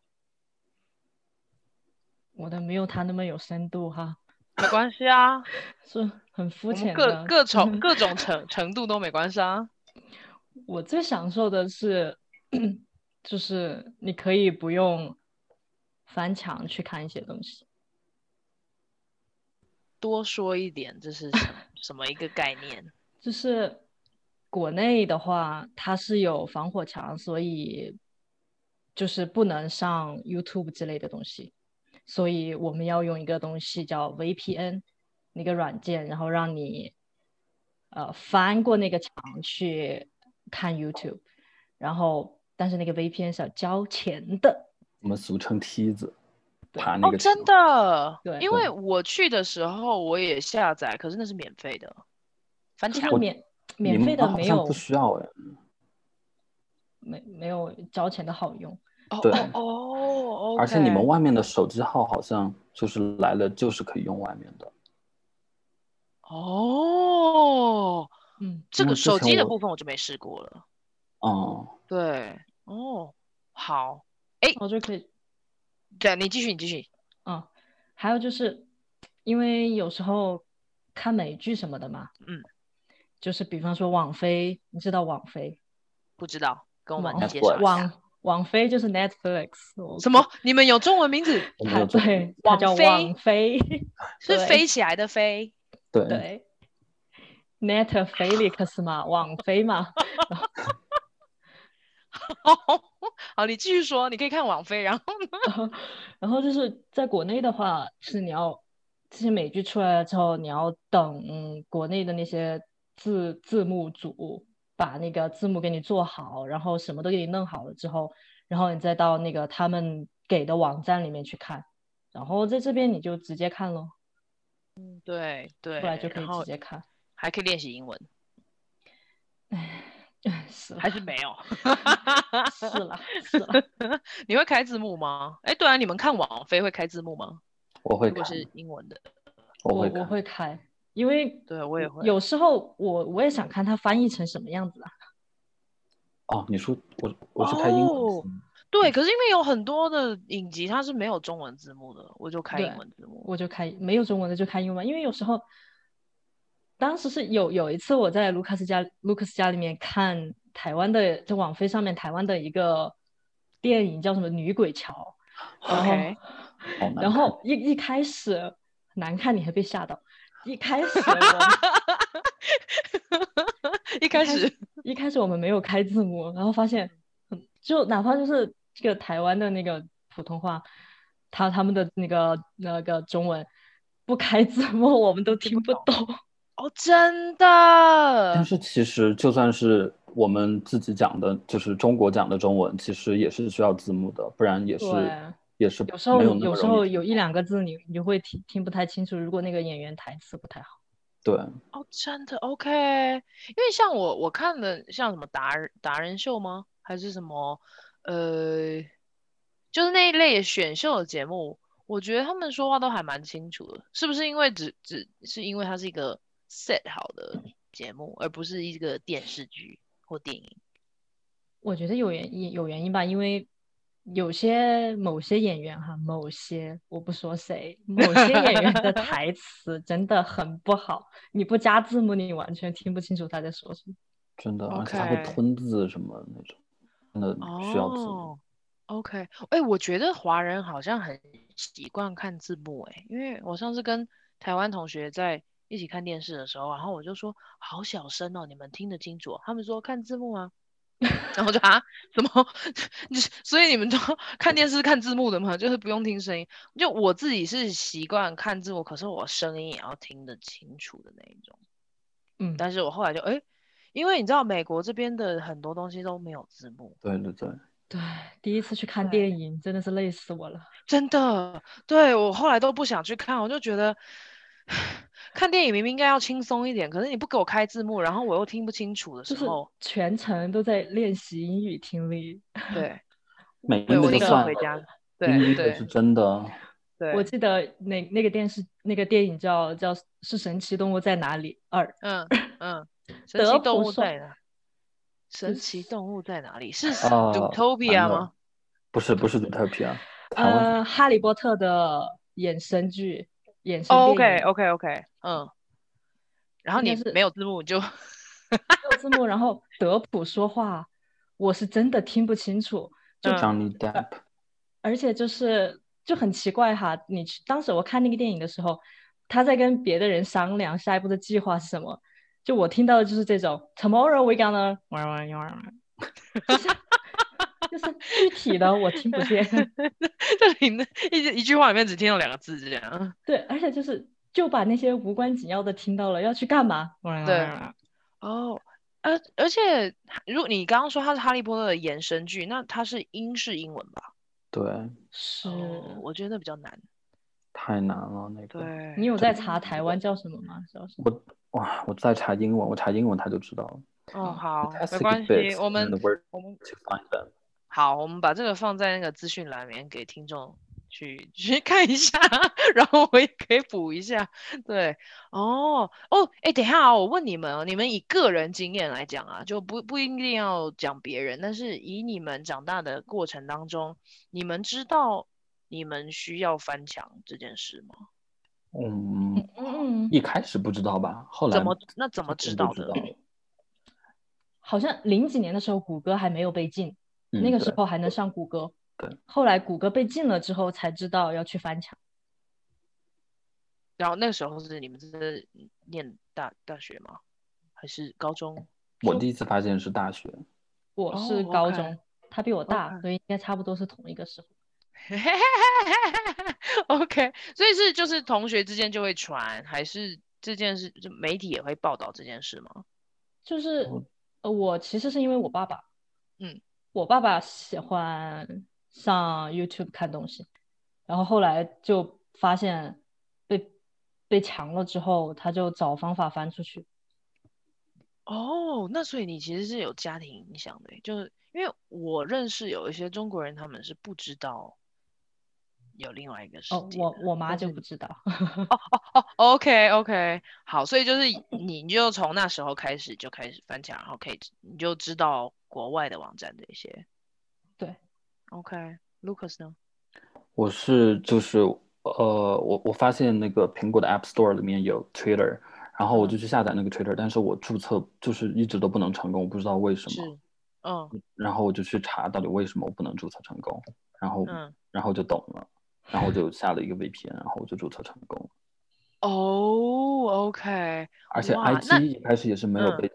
[SPEAKER 3] 我的没有他那么有深度哈，
[SPEAKER 1] 没关系啊，
[SPEAKER 3] 是很肤
[SPEAKER 1] 我们
[SPEAKER 3] 浅
[SPEAKER 1] 各
[SPEAKER 3] 的。
[SPEAKER 1] 各种各种程程度都没关系啊。
[SPEAKER 3] 我最享受的是， 就是你可以不用翻墙去看一些东西。
[SPEAKER 1] 多说一点，这是什么什么一个概念？
[SPEAKER 3] 就是国内的话，它是有防火墙，所以就是不能上 YouTube 之类的东西，所以我们要用一个东西叫 VPN，一个软件，然后让你呃翻过那个墙去看 YouTube，然后但是那个 VPN 是要交钱的。
[SPEAKER 2] 我们俗称梯子，
[SPEAKER 3] 对
[SPEAKER 2] 爬那
[SPEAKER 1] 哦
[SPEAKER 2] 个，
[SPEAKER 1] 真
[SPEAKER 2] 墙
[SPEAKER 1] 的，
[SPEAKER 3] 对
[SPEAKER 1] 因为我去的时候我也下载，可是那是免费的，翻
[SPEAKER 3] 就
[SPEAKER 1] 墙
[SPEAKER 3] 是免
[SPEAKER 2] 你
[SPEAKER 3] 免
[SPEAKER 2] 们
[SPEAKER 3] 费的
[SPEAKER 2] 好
[SPEAKER 3] 没
[SPEAKER 2] 像
[SPEAKER 3] 有
[SPEAKER 2] 不需要哎。
[SPEAKER 3] 没没有交钱的好用，
[SPEAKER 1] 哦
[SPEAKER 2] 对
[SPEAKER 1] 哦哦，
[SPEAKER 2] 而且你
[SPEAKER 1] OK
[SPEAKER 2] 们外面的手机号好像就是来了就是可以用外面的。
[SPEAKER 1] 哦，
[SPEAKER 3] 嗯，
[SPEAKER 1] 这
[SPEAKER 2] 因为
[SPEAKER 1] 个
[SPEAKER 2] 之
[SPEAKER 1] 手
[SPEAKER 2] 前
[SPEAKER 1] 机的
[SPEAKER 2] 我
[SPEAKER 1] 部分我就没试过了。
[SPEAKER 2] 嗯，
[SPEAKER 1] 对，哦，好，
[SPEAKER 3] 我就可以
[SPEAKER 1] 对，你继续，你继续。
[SPEAKER 3] 啊，还有就是，因为有时候看美剧什么的嘛，
[SPEAKER 1] 嗯，
[SPEAKER 3] 就是比方说网飞，你知道网飞，
[SPEAKER 1] 不知道，跟我们
[SPEAKER 3] 网
[SPEAKER 1] 介绍一下。
[SPEAKER 3] 网网飞就是 Netflix，我
[SPEAKER 1] 什么？你们有中文名字？
[SPEAKER 2] 我没
[SPEAKER 3] 它
[SPEAKER 2] 有做
[SPEAKER 3] 对，它
[SPEAKER 1] 网
[SPEAKER 3] 叫
[SPEAKER 1] 飞
[SPEAKER 3] 网飞，
[SPEAKER 1] 是
[SPEAKER 3] 对
[SPEAKER 1] 飞起来的飞？
[SPEAKER 2] 对
[SPEAKER 3] 对，Netflix 嘛，网飞嘛，
[SPEAKER 1] 哦 好，你继续说，你可以看网飞，然后
[SPEAKER 3] 然后就是在国内的话，是你要这些美剧出来了之后，你要等嗯国内的那些字字幕组把那个字幕给你做好，然后什么都给你弄好了之后，然后你再到那个他们给的网站里面去看，然后在这边你就直接看咯，
[SPEAKER 1] 对对，
[SPEAKER 3] 出来就可以
[SPEAKER 1] 然后
[SPEAKER 3] 直接看。
[SPEAKER 1] 还可以练习英文，
[SPEAKER 3] 是
[SPEAKER 1] 还 是没有？
[SPEAKER 3] 啦是啦是啦，
[SPEAKER 1] 你会开字幕吗？哎，对啊，你们看网飞会开字幕吗？
[SPEAKER 2] 我会
[SPEAKER 1] 如果
[SPEAKER 2] 看，
[SPEAKER 1] 是英文的，
[SPEAKER 2] 我
[SPEAKER 3] 我
[SPEAKER 2] 会
[SPEAKER 3] 我
[SPEAKER 2] 看，
[SPEAKER 3] 会开，因为
[SPEAKER 1] 对我也会。
[SPEAKER 3] 嗯有时候我我也想看它翻译成什么样子啊。
[SPEAKER 2] 哦，你说我我是开英文
[SPEAKER 1] 哦
[SPEAKER 2] 字幕，
[SPEAKER 1] 对，可是因为有很多的影集它是没有中文字幕的，我就开英
[SPEAKER 3] 对
[SPEAKER 1] 文字幕。
[SPEAKER 3] 我就开没有中文的就开英文，因为有时候，当时是有有一次我在卢卡斯家卢卡斯家里面看台湾的在网飞上面台湾的一个电影叫什么《女鬼桥
[SPEAKER 1] OK，》，
[SPEAKER 2] 好难看
[SPEAKER 3] 然后一一开始难看你还被吓到，一开始我们
[SPEAKER 1] 一开始
[SPEAKER 3] 一开始我们没有开字幕，然后发现，嗯就哪怕就是这个台湾的那个普通话，他他们的那个那个中文不开字幕，我们都听不懂。
[SPEAKER 1] 哦，真的
[SPEAKER 2] 但是其实就算是我们自己讲的，就是中国讲的中文，其实也是需要字幕的，不然也是
[SPEAKER 3] 对
[SPEAKER 2] 也是
[SPEAKER 3] 有时候
[SPEAKER 2] 没有
[SPEAKER 3] 你
[SPEAKER 2] 那么
[SPEAKER 3] 有时
[SPEAKER 2] 容
[SPEAKER 3] 候
[SPEAKER 2] 易。
[SPEAKER 3] 有一两个字你你就会听听不太清楚，如果那个演员台词不太好。
[SPEAKER 2] 对，
[SPEAKER 1] 哦，真的 OK，因为像我我看的像什么达人达人秀吗？还是什么呃，就是那一类选秀的节目，我觉得他们说话都还蛮清楚的，是不是因为只只是因为它是一个 set 好的节目，而不是一个电视剧或电影？
[SPEAKER 3] 我觉得有原因有原因吧，因为有些某些演员哈，某些我不说谁，某些演员的台词真的很不好，你不加字幕，你完全听不清楚他在说什么。
[SPEAKER 2] 真的，而且他会
[SPEAKER 1] OK
[SPEAKER 2] 吞字什么那种，真的需要字幕。
[SPEAKER 1] 哦，OK，哎，我觉得华人好像很习惯看字幕，哎，因为我上次跟台湾同学在一起看电视的时候，然后我就说好小声哦，你们听得清楚哦？他们说看字幕啊， 然后我就啊，怎么？ 你所以你们都看电视看字幕的吗？就是不用听声音。就我自己是习惯看字幕，可是我声音也要听得清楚的那一种。
[SPEAKER 3] 嗯，
[SPEAKER 1] 但是我后来就哎，诶因为你知道美国这边的很多东西都没有字幕。
[SPEAKER 2] 对对对，
[SPEAKER 3] 对，第一次去看
[SPEAKER 1] 对
[SPEAKER 3] 电影真的是累死我了。
[SPEAKER 1] 真的，对，我后来都不想去看，我就觉得看电影明明应该要轻松一点，可是你不给我开字幕，然后我又听不清楚的
[SPEAKER 3] 就
[SPEAKER 1] 时
[SPEAKER 3] 是
[SPEAKER 1] 候，
[SPEAKER 3] 全程都在练习英语听力。
[SPEAKER 1] 对，
[SPEAKER 2] 美
[SPEAKER 1] 对
[SPEAKER 2] 音
[SPEAKER 1] 我
[SPEAKER 2] 的
[SPEAKER 1] 宁可
[SPEAKER 2] 就
[SPEAKER 3] 那个
[SPEAKER 2] 算
[SPEAKER 1] 回
[SPEAKER 2] 了，
[SPEAKER 1] 家，
[SPEAKER 2] 英
[SPEAKER 1] 对
[SPEAKER 2] 译的
[SPEAKER 1] 对
[SPEAKER 2] 是真的。
[SPEAKER 3] 我
[SPEAKER 1] 对，
[SPEAKER 3] 记得那那个电视那个电影叫叫是《神奇动物在哪里二》，
[SPEAKER 1] 嗯嗯，神
[SPEAKER 3] 德
[SPEAKER 1] 奇动
[SPEAKER 3] 普
[SPEAKER 1] 物
[SPEAKER 3] 说
[SPEAKER 1] 在哪？神
[SPEAKER 3] 是哦
[SPEAKER 1] 奇动物在哪 里？是
[SPEAKER 2] 啊
[SPEAKER 1] Zootopia
[SPEAKER 2] 完了
[SPEAKER 1] 吗？
[SPEAKER 2] 不是不是 Zootopia，台湾才
[SPEAKER 3] 呃，《哈利波特》的衍生剧，衍生
[SPEAKER 1] 哦
[SPEAKER 3] 电
[SPEAKER 1] ，OK
[SPEAKER 3] 影
[SPEAKER 1] OK OK，嗯，然后
[SPEAKER 3] 应
[SPEAKER 1] 你
[SPEAKER 3] 该是
[SPEAKER 1] 没有字幕你就
[SPEAKER 3] 没有字幕，然后德普说话，我是真的听不清楚，就、
[SPEAKER 1] 嗯
[SPEAKER 2] Johnny Depp，
[SPEAKER 3] 而且就是就很奇怪哈。你去当时我看那个电影的时候，他在跟别的人商量下一步的计划是什么，就我听到的就是这种 “tomorrow we gonna”，就是就是具体的我听不见。
[SPEAKER 1] 这里那一一句话里面只听到两个字这样。
[SPEAKER 3] 对，而且就是就把那些无关紧要的听到了，要去干嘛？
[SPEAKER 1] 对哦，而而且，如果你刚刚说它是《哈利波特》的衍生剧，那它是英式英文吧？
[SPEAKER 2] 对，
[SPEAKER 3] 是。
[SPEAKER 1] 哦，我觉得那比较难。
[SPEAKER 2] 太难了那个。
[SPEAKER 1] 对，
[SPEAKER 3] 嗯你有在查台湾叫什么吗？叫什么？
[SPEAKER 2] 我哇，我在查英文，我查英文他就知道了。
[SPEAKER 1] 哦，好，没
[SPEAKER 2] Fantastic
[SPEAKER 1] 关系，
[SPEAKER 2] bits
[SPEAKER 1] 我
[SPEAKER 2] and
[SPEAKER 3] 嗯
[SPEAKER 1] 们
[SPEAKER 2] where
[SPEAKER 1] 我们
[SPEAKER 2] to find them。
[SPEAKER 1] 好，我们把这个放在那个资讯栏里面给听众去 去看一下，然后我也可以补一下。对，哦哦，哎，等一下啊，我问你们哦，你们以个人经验来讲啊，就不不一定要讲别人，但是以你们长大的过程当中，你们知道你们需要翻墙这件事吗？
[SPEAKER 2] 嗯，
[SPEAKER 3] 嗯嗯，
[SPEAKER 2] 一开始不知道吧，后来
[SPEAKER 1] 怎么那怎么
[SPEAKER 2] 渐
[SPEAKER 1] 知
[SPEAKER 2] 渐
[SPEAKER 1] 道
[SPEAKER 2] 就知
[SPEAKER 1] 的？
[SPEAKER 2] 了
[SPEAKER 3] 好像零几年的时候，谷歌还没有被禁，
[SPEAKER 2] 嗯
[SPEAKER 3] 那个
[SPEAKER 2] 对
[SPEAKER 3] 时候还能上谷歌。
[SPEAKER 2] 对。
[SPEAKER 3] 后来谷歌被禁了之后，才知道要去翻墙。
[SPEAKER 1] 然后那个时候是你们是念大大学吗？还是高中？
[SPEAKER 2] 我第一次发现是大学，
[SPEAKER 3] 我是
[SPEAKER 1] 哦
[SPEAKER 3] 高
[SPEAKER 1] ，OK
[SPEAKER 3] 中，他比我大
[SPEAKER 1] OK
[SPEAKER 3] 所以应该差不多是同一个时候。
[SPEAKER 1] OK，所以是就是同学之间就会传，还是这件事就媒体也会报道这件事吗？
[SPEAKER 3] 就是
[SPEAKER 2] 哦
[SPEAKER 3] 呃，我其实是因为我爸爸，
[SPEAKER 1] 嗯，
[SPEAKER 3] 我爸爸喜欢上 YouTube 看东西，然后后来就发现被被强了之后，他就找方法翻出去。
[SPEAKER 1] 哦，那所以你其实是有家庭影响的欸，就是因为我认识有一些中国人，他们是不知道有另外一个世
[SPEAKER 3] 哦，
[SPEAKER 1] 界
[SPEAKER 3] 我
[SPEAKER 1] 的
[SPEAKER 3] 我妈
[SPEAKER 1] 或
[SPEAKER 3] 就是不知道，
[SPEAKER 1] 哦，OK OK，好，所以就是你你就从那时候开始就开始翻墙，然后可以你就知道国外的网站这些。
[SPEAKER 3] 对
[SPEAKER 1] ，OK，Lucas 呢？
[SPEAKER 2] 我是就是呃，我我发现那个苹果的 App Store 里面有 Twitter，然后我
[SPEAKER 1] 嗯
[SPEAKER 2] 就去下载那个 Twitter，但是我注册就是一直都不能成功，我不知道为什么。
[SPEAKER 1] 是，嗯
[SPEAKER 2] 然后我就去查到底为什么我不能注册成功，然后
[SPEAKER 1] 嗯。
[SPEAKER 2] 然后就懂了，然后我就下了一个 VPN，然后我就注册成功了。
[SPEAKER 1] 哦，OK，
[SPEAKER 2] 而且
[SPEAKER 1] 哇
[SPEAKER 2] IG
[SPEAKER 1] 那
[SPEAKER 2] 一开始也是没有
[SPEAKER 1] 嗯
[SPEAKER 2] 被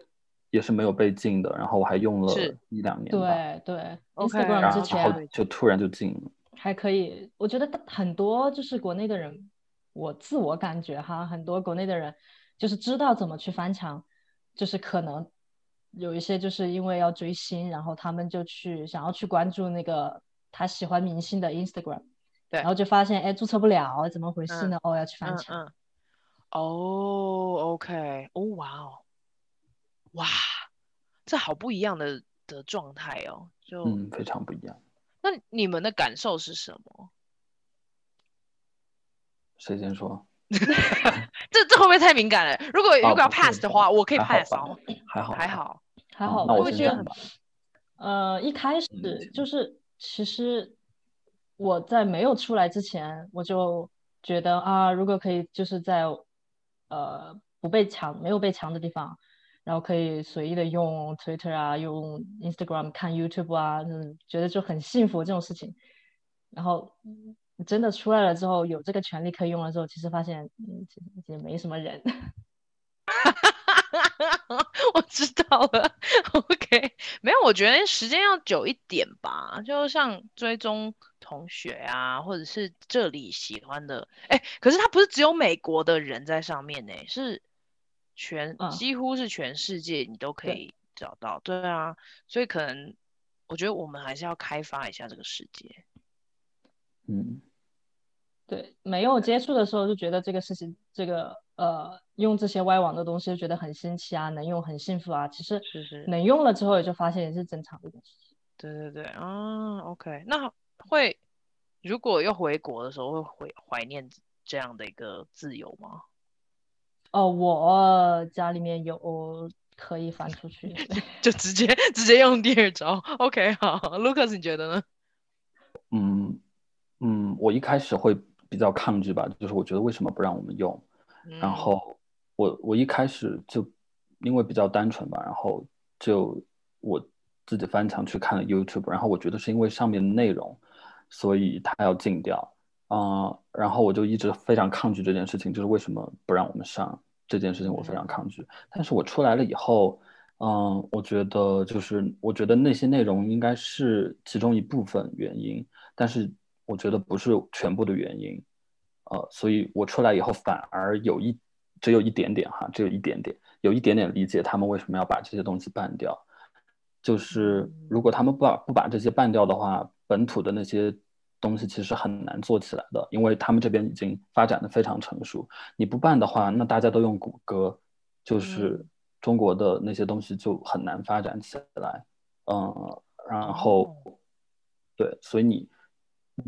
[SPEAKER 2] 也是没有被禁的，然后我还用了
[SPEAKER 1] 是
[SPEAKER 2] 一两年吧。
[SPEAKER 3] 对对
[SPEAKER 1] OK，
[SPEAKER 3] Instagram
[SPEAKER 2] 然
[SPEAKER 3] 之
[SPEAKER 2] 后
[SPEAKER 1] 之前
[SPEAKER 3] 前
[SPEAKER 2] 就突然就进了。
[SPEAKER 3] 还可以，我觉得大很多就是国内的人，我自我感觉哈，很多国内的人就是知道怎么去翻墙，就是可能有一些就是因为要追星，然后他们就去想要去关注那个他喜欢明星的 Instagram，
[SPEAKER 1] 对
[SPEAKER 3] 然后就发现哎注册不了，怎么回事呢？哦，要去翻
[SPEAKER 1] 嗯
[SPEAKER 3] 墙。
[SPEAKER 1] 嗯，哦，OK，哦，哇哦，哇，这好不一样的的状态哦。就、
[SPEAKER 2] 嗯，非常不一样。
[SPEAKER 1] 那你们的感受是什么？
[SPEAKER 2] 谁先说？
[SPEAKER 1] 这这会不会太敏感了？如果如
[SPEAKER 2] 哦
[SPEAKER 1] 果要
[SPEAKER 2] 不会
[SPEAKER 1] pass 的
[SPEAKER 2] 吧
[SPEAKER 1] 话，我可以
[SPEAKER 2] 还好
[SPEAKER 1] pass
[SPEAKER 2] 吧
[SPEAKER 1] 哦，
[SPEAKER 2] 还好，
[SPEAKER 1] 还。好。
[SPEAKER 3] 还
[SPEAKER 2] 嗯
[SPEAKER 3] 好
[SPEAKER 2] 那
[SPEAKER 3] 吧，
[SPEAKER 2] 我
[SPEAKER 3] 我
[SPEAKER 2] 先
[SPEAKER 3] 觉
[SPEAKER 2] 讲
[SPEAKER 3] 得
[SPEAKER 2] 吧。
[SPEAKER 3] 呃一开始
[SPEAKER 2] 嗯行
[SPEAKER 3] 就是其实我在没有出来之前，我就觉得啊，如果可以就是在呃不被抢、没有被抢的地方，然后可以随意的用 Twitter 啊、用 Instagram 看 YouTube 啊，嗯，觉得就很幸福这种事情。然后嗯真的出来了之后，有这个权利可以用了之后，其实发现嗯其实也没什么人。
[SPEAKER 1] 我知道了，OK，没有，我觉得时间要久一点吧，就像追踪同学啊，或者是这里喜欢的，哎，可是他不是只有美国的人在上面呢，是全
[SPEAKER 3] 嗯
[SPEAKER 1] 几乎是全世界你都可
[SPEAKER 3] 对
[SPEAKER 1] 以找到，对啊，所以可能我觉得我们还是要开发一下这个世界，
[SPEAKER 2] 嗯，
[SPEAKER 3] 对，没有接触的时候就觉得这个事情，这个呃，用这些歪网的东西就觉得很新奇啊，能用很幸福啊。其实
[SPEAKER 1] 是是，
[SPEAKER 3] 能用了之后，也就发现也是正常的东西。
[SPEAKER 1] 对对对，啊，OK，那会如果又回国的时候会怀怀念这样的一个自由吗？
[SPEAKER 3] 哦，我家里面有可以翻出 去。
[SPEAKER 1] 就直接直接用第二招。OK，好，Lucas，你觉得呢？
[SPEAKER 2] 嗯嗯，我一开始会比较抗拒吧，就是我觉得为什么不让我们用？然
[SPEAKER 1] 嗯
[SPEAKER 2] 后我我一开始就因为比较单纯吧，然后就我自己翻墙去看了 YouTube，然后我觉得是因为上面的内容，所以它要禁掉。嗯，然后我就一直非常抗拒这件事情，就是为什么不让我们上这件事情，我非
[SPEAKER 1] 嗯
[SPEAKER 2] 常抗拒。但是我出来了以后，嗯，我觉得就是我觉得那些内容应该是其中一部分原因，但是我觉得不是全部的原因。呃，所以我出来以后反而有一只有一点点哈，只有一点点，有一点点理解他们为什么要把这些东西办掉。就是如果他们不把不把这些办掉的话，本土的那些东西其实很难做起来的，因为他们这边已经发展的非常成熟。你不办的话，那大家都用谷歌，就是
[SPEAKER 1] 嗯
[SPEAKER 2] 中国的那些东西就很难发展起来。嗯，然后
[SPEAKER 1] 哦
[SPEAKER 2] 对，所以你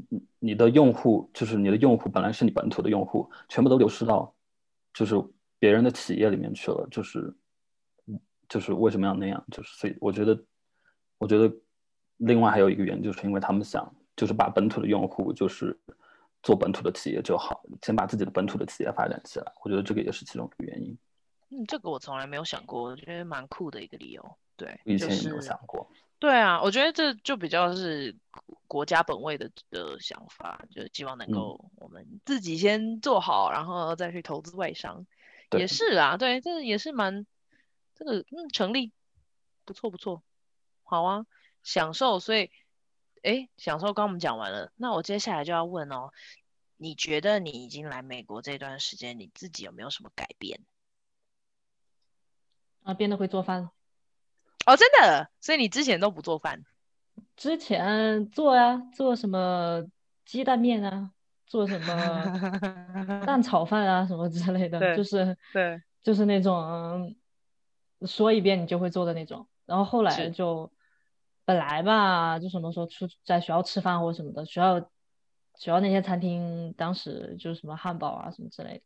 [SPEAKER 2] 你你的用户就是你的用户本来是你本土的用户，全部都流失到就是别人的企业里面去了，就是嗯就是为什么要那样？就是所以我觉得我觉得另外还有一个原因，就是因为他们想就是把本土的用户就是做本土的企业就好，先把自己的本土的企业发展起来，我觉得这个也是其中的原因。
[SPEAKER 1] 嗯，这个我从来没有想过，我觉得蛮酷的一个理由。对，
[SPEAKER 2] 我以
[SPEAKER 1] 就
[SPEAKER 2] 前也没有
[SPEAKER 1] 是
[SPEAKER 2] 想过。
[SPEAKER 1] 对啊，我觉得这就比较是国国家本位的的想法，就是希望能
[SPEAKER 2] 嗯
[SPEAKER 1] 够我们自己先做好，然后再去投资外商，
[SPEAKER 2] 对
[SPEAKER 1] 也是啊，对，这也是蛮这个嗯成立，不错不错，好啊，享受，所以诶，享受刚我们讲完了，那我接下来就要问哦，你觉得你已经来美国这段时间，你自己有没有什么改变？
[SPEAKER 3] 啊，变得会做饭，
[SPEAKER 1] 哦，真的，所以你之前都不做饭。
[SPEAKER 3] 之前做啊，做什么鸡蛋面啊，做什 么蛋炒饭啊，什么之类的，
[SPEAKER 1] 对
[SPEAKER 3] 就是
[SPEAKER 1] 嗯对，
[SPEAKER 3] 就是那种嗯说一遍你就会做的那种。然后后来
[SPEAKER 1] 是
[SPEAKER 3] 就本来吧，就什么时候出在学校吃饭或什么的，学校学校那些餐厅当时就是什么汉堡啊什么之类的，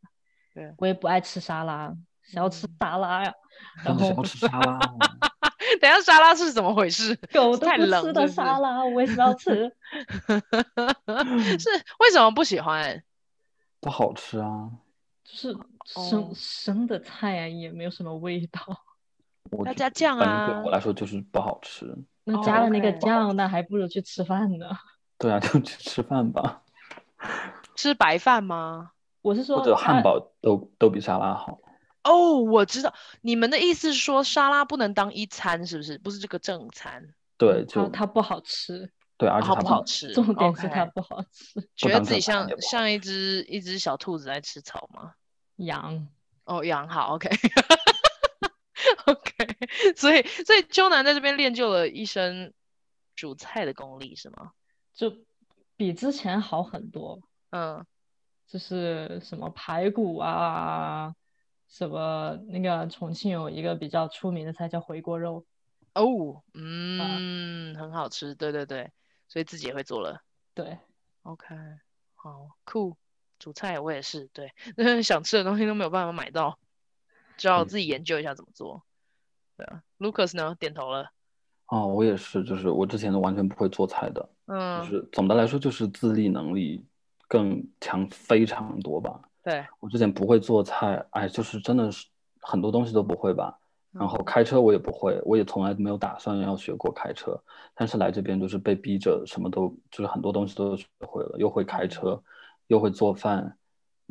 [SPEAKER 1] 对嗯
[SPEAKER 3] 我也不爱吃沙拉，谁要吃沙拉呀？ 然
[SPEAKER 2] 想要
[SPEAKER 3] 后
[SPEAKER 2] 吃沙 拉哦，
[SPEAKER 1] 等一下沙拉是怎么回事？
[SPEAKER 3] 狗都
[SPEAKER 1] 太
[SPEAKER 3] 不
[SPEAKER 1] 冷
[SPEAKER 3] 吃
[SPEAKER 1] 是
[SPEAKER 3] 的
[SPEAKER 1] 不是
[SPEAKER 3] 沙拉，我为什么要 吃？
[SPEAKER 1] 是为什么不喜欢？
[SPEAKER 2] 不好吃啊！
[SPEAKER 3] 就是生、
[SPEAKER 1] 哦
[SPEAKER 3] 生的菜啊，也没有什么味道。
[SPEAKER 2] 我
[SPEAKER 1] 要
[SPEAKER 2] 觉
[SPEAKER 1] 加酱
[SPEAKER 2] 反正
[SPEAKER 1] 啊
[SPEAKER 2] 对我来说就是不好吃。
[SPEAKER 3] 那
[SPEAKER 1] 哦
[SPEAKER 3] 加了那个
[SPEAKER 1] ，OK
[SPEAKER 3] 酱，那还不如去吃饭呢。
[SPEAKER 2] 对啊，就去 吃饭吧，
[SPEAKER 1] 吃白饭吗？
[SPEAKER 3] 我是说，
[SPEAKER 2] 或者汉
[SPEAKER 3] 它
[SPEAKER 2] 堡都都比沙拉好。
[SPEAKER 1] 哦，我知道你们的意思是说沙拉不能当一餐，是不是？不是这个正餐，
[SPEAKER 2] 对，
[SPEAKER 3] 它
[SPEAKER 2] 就
[SPEAKER 3] 它不好吃，
[SPEAKER 2] 对，而
[SPEAKER 1] 然
[SPEAKER 2] 且
[SPEAKER 1] 后
[SPEAKER 2] 它
[SPEAKER 1] 不好吃。
[SPEAKER 3] 重点是
[SPEAKER 1] OK
[SPEAKER 3] 它不好吃。
[SPEAKER 1] 觉得
[SPEAKER 2] 当
[SPEAKER 1] 自己
[SPEAKER 2] 正
[SPEAKER 1] 像
[SPEAKER 2] 餐也不好
[SPEAKER 1] 像一只一只小兔子在吃草吗？
[SPEAKER 3] 羊，
[SPEAKER 1] 哦，养好，OK，OK，、所以所以秋楠在这边练就了一身煮菜的功力，是吗？
[SPEAKER 3] 就比之前好很多。
[SPEAKER 1] 嗯，
[SPEAKER 3] 就是什么排骨啊，什么那个重庆有一个比较出名的菜叫回锅肉，
[SPEAKER 1] 哦，
[SPEAKER 2] 啊
[SPEAKER 1] 嗯，很好吃，对对对，所以自己也会做了。
[SPEAKER 3] 对，
[SPEAKER 1] OK，好酷，煮菜我也是，对，但是想吃的东西都没有办法买到，只好
[SPEAKER 2] 嗯
[SPEAKER 1] 自己研究一下怎么做。对啊，Lucas 呢？点头了。
[SPEAKER 2] 哦，我也是，就是我之前完全不会做菜的，就
[SPEAKER 1] 嗯，
[SPEAKER 2] 是总的来说就是自立能力更强非常多吧。
[SPEAKER 1] 对，
[SPEAKER 2] 我之前不会做菜，哎，就是真的是很多东西都不会
[SPEAKER 1] 嗯
[SPEAKER 2] 吧。然后开车我也不会，我也从来没有打算要学过开车，但是来这边就是被逼着什么都，就是很多东西都学会了，又会开车，又会做饭，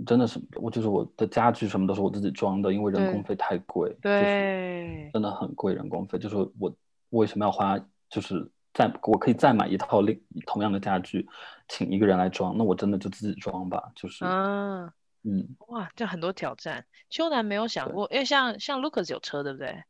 [SPEAKER 2] 真的是我就是我的家具什么都是我自己装的，因为人
[SPEAKER 1] 对
[SPEAKER 2] 工费太贵，就是
[SPEAKER 1] 对，
[SPEAKER 2] 真的很贵人工费，就是我为什么要花，就是再我可以再买一套另同样的家具，请一个人来装，那我真的就自己装吧，就是
[SPEAKER 1] 嗯，
[SPEAKER 2] 嗯。
[SPEAKER 1] 哇，这很多挑战。秋楠没有想
[SPEAKER 2] 对
[SPEAKER 1] 过，因为像像 Lucas 有车，对不对？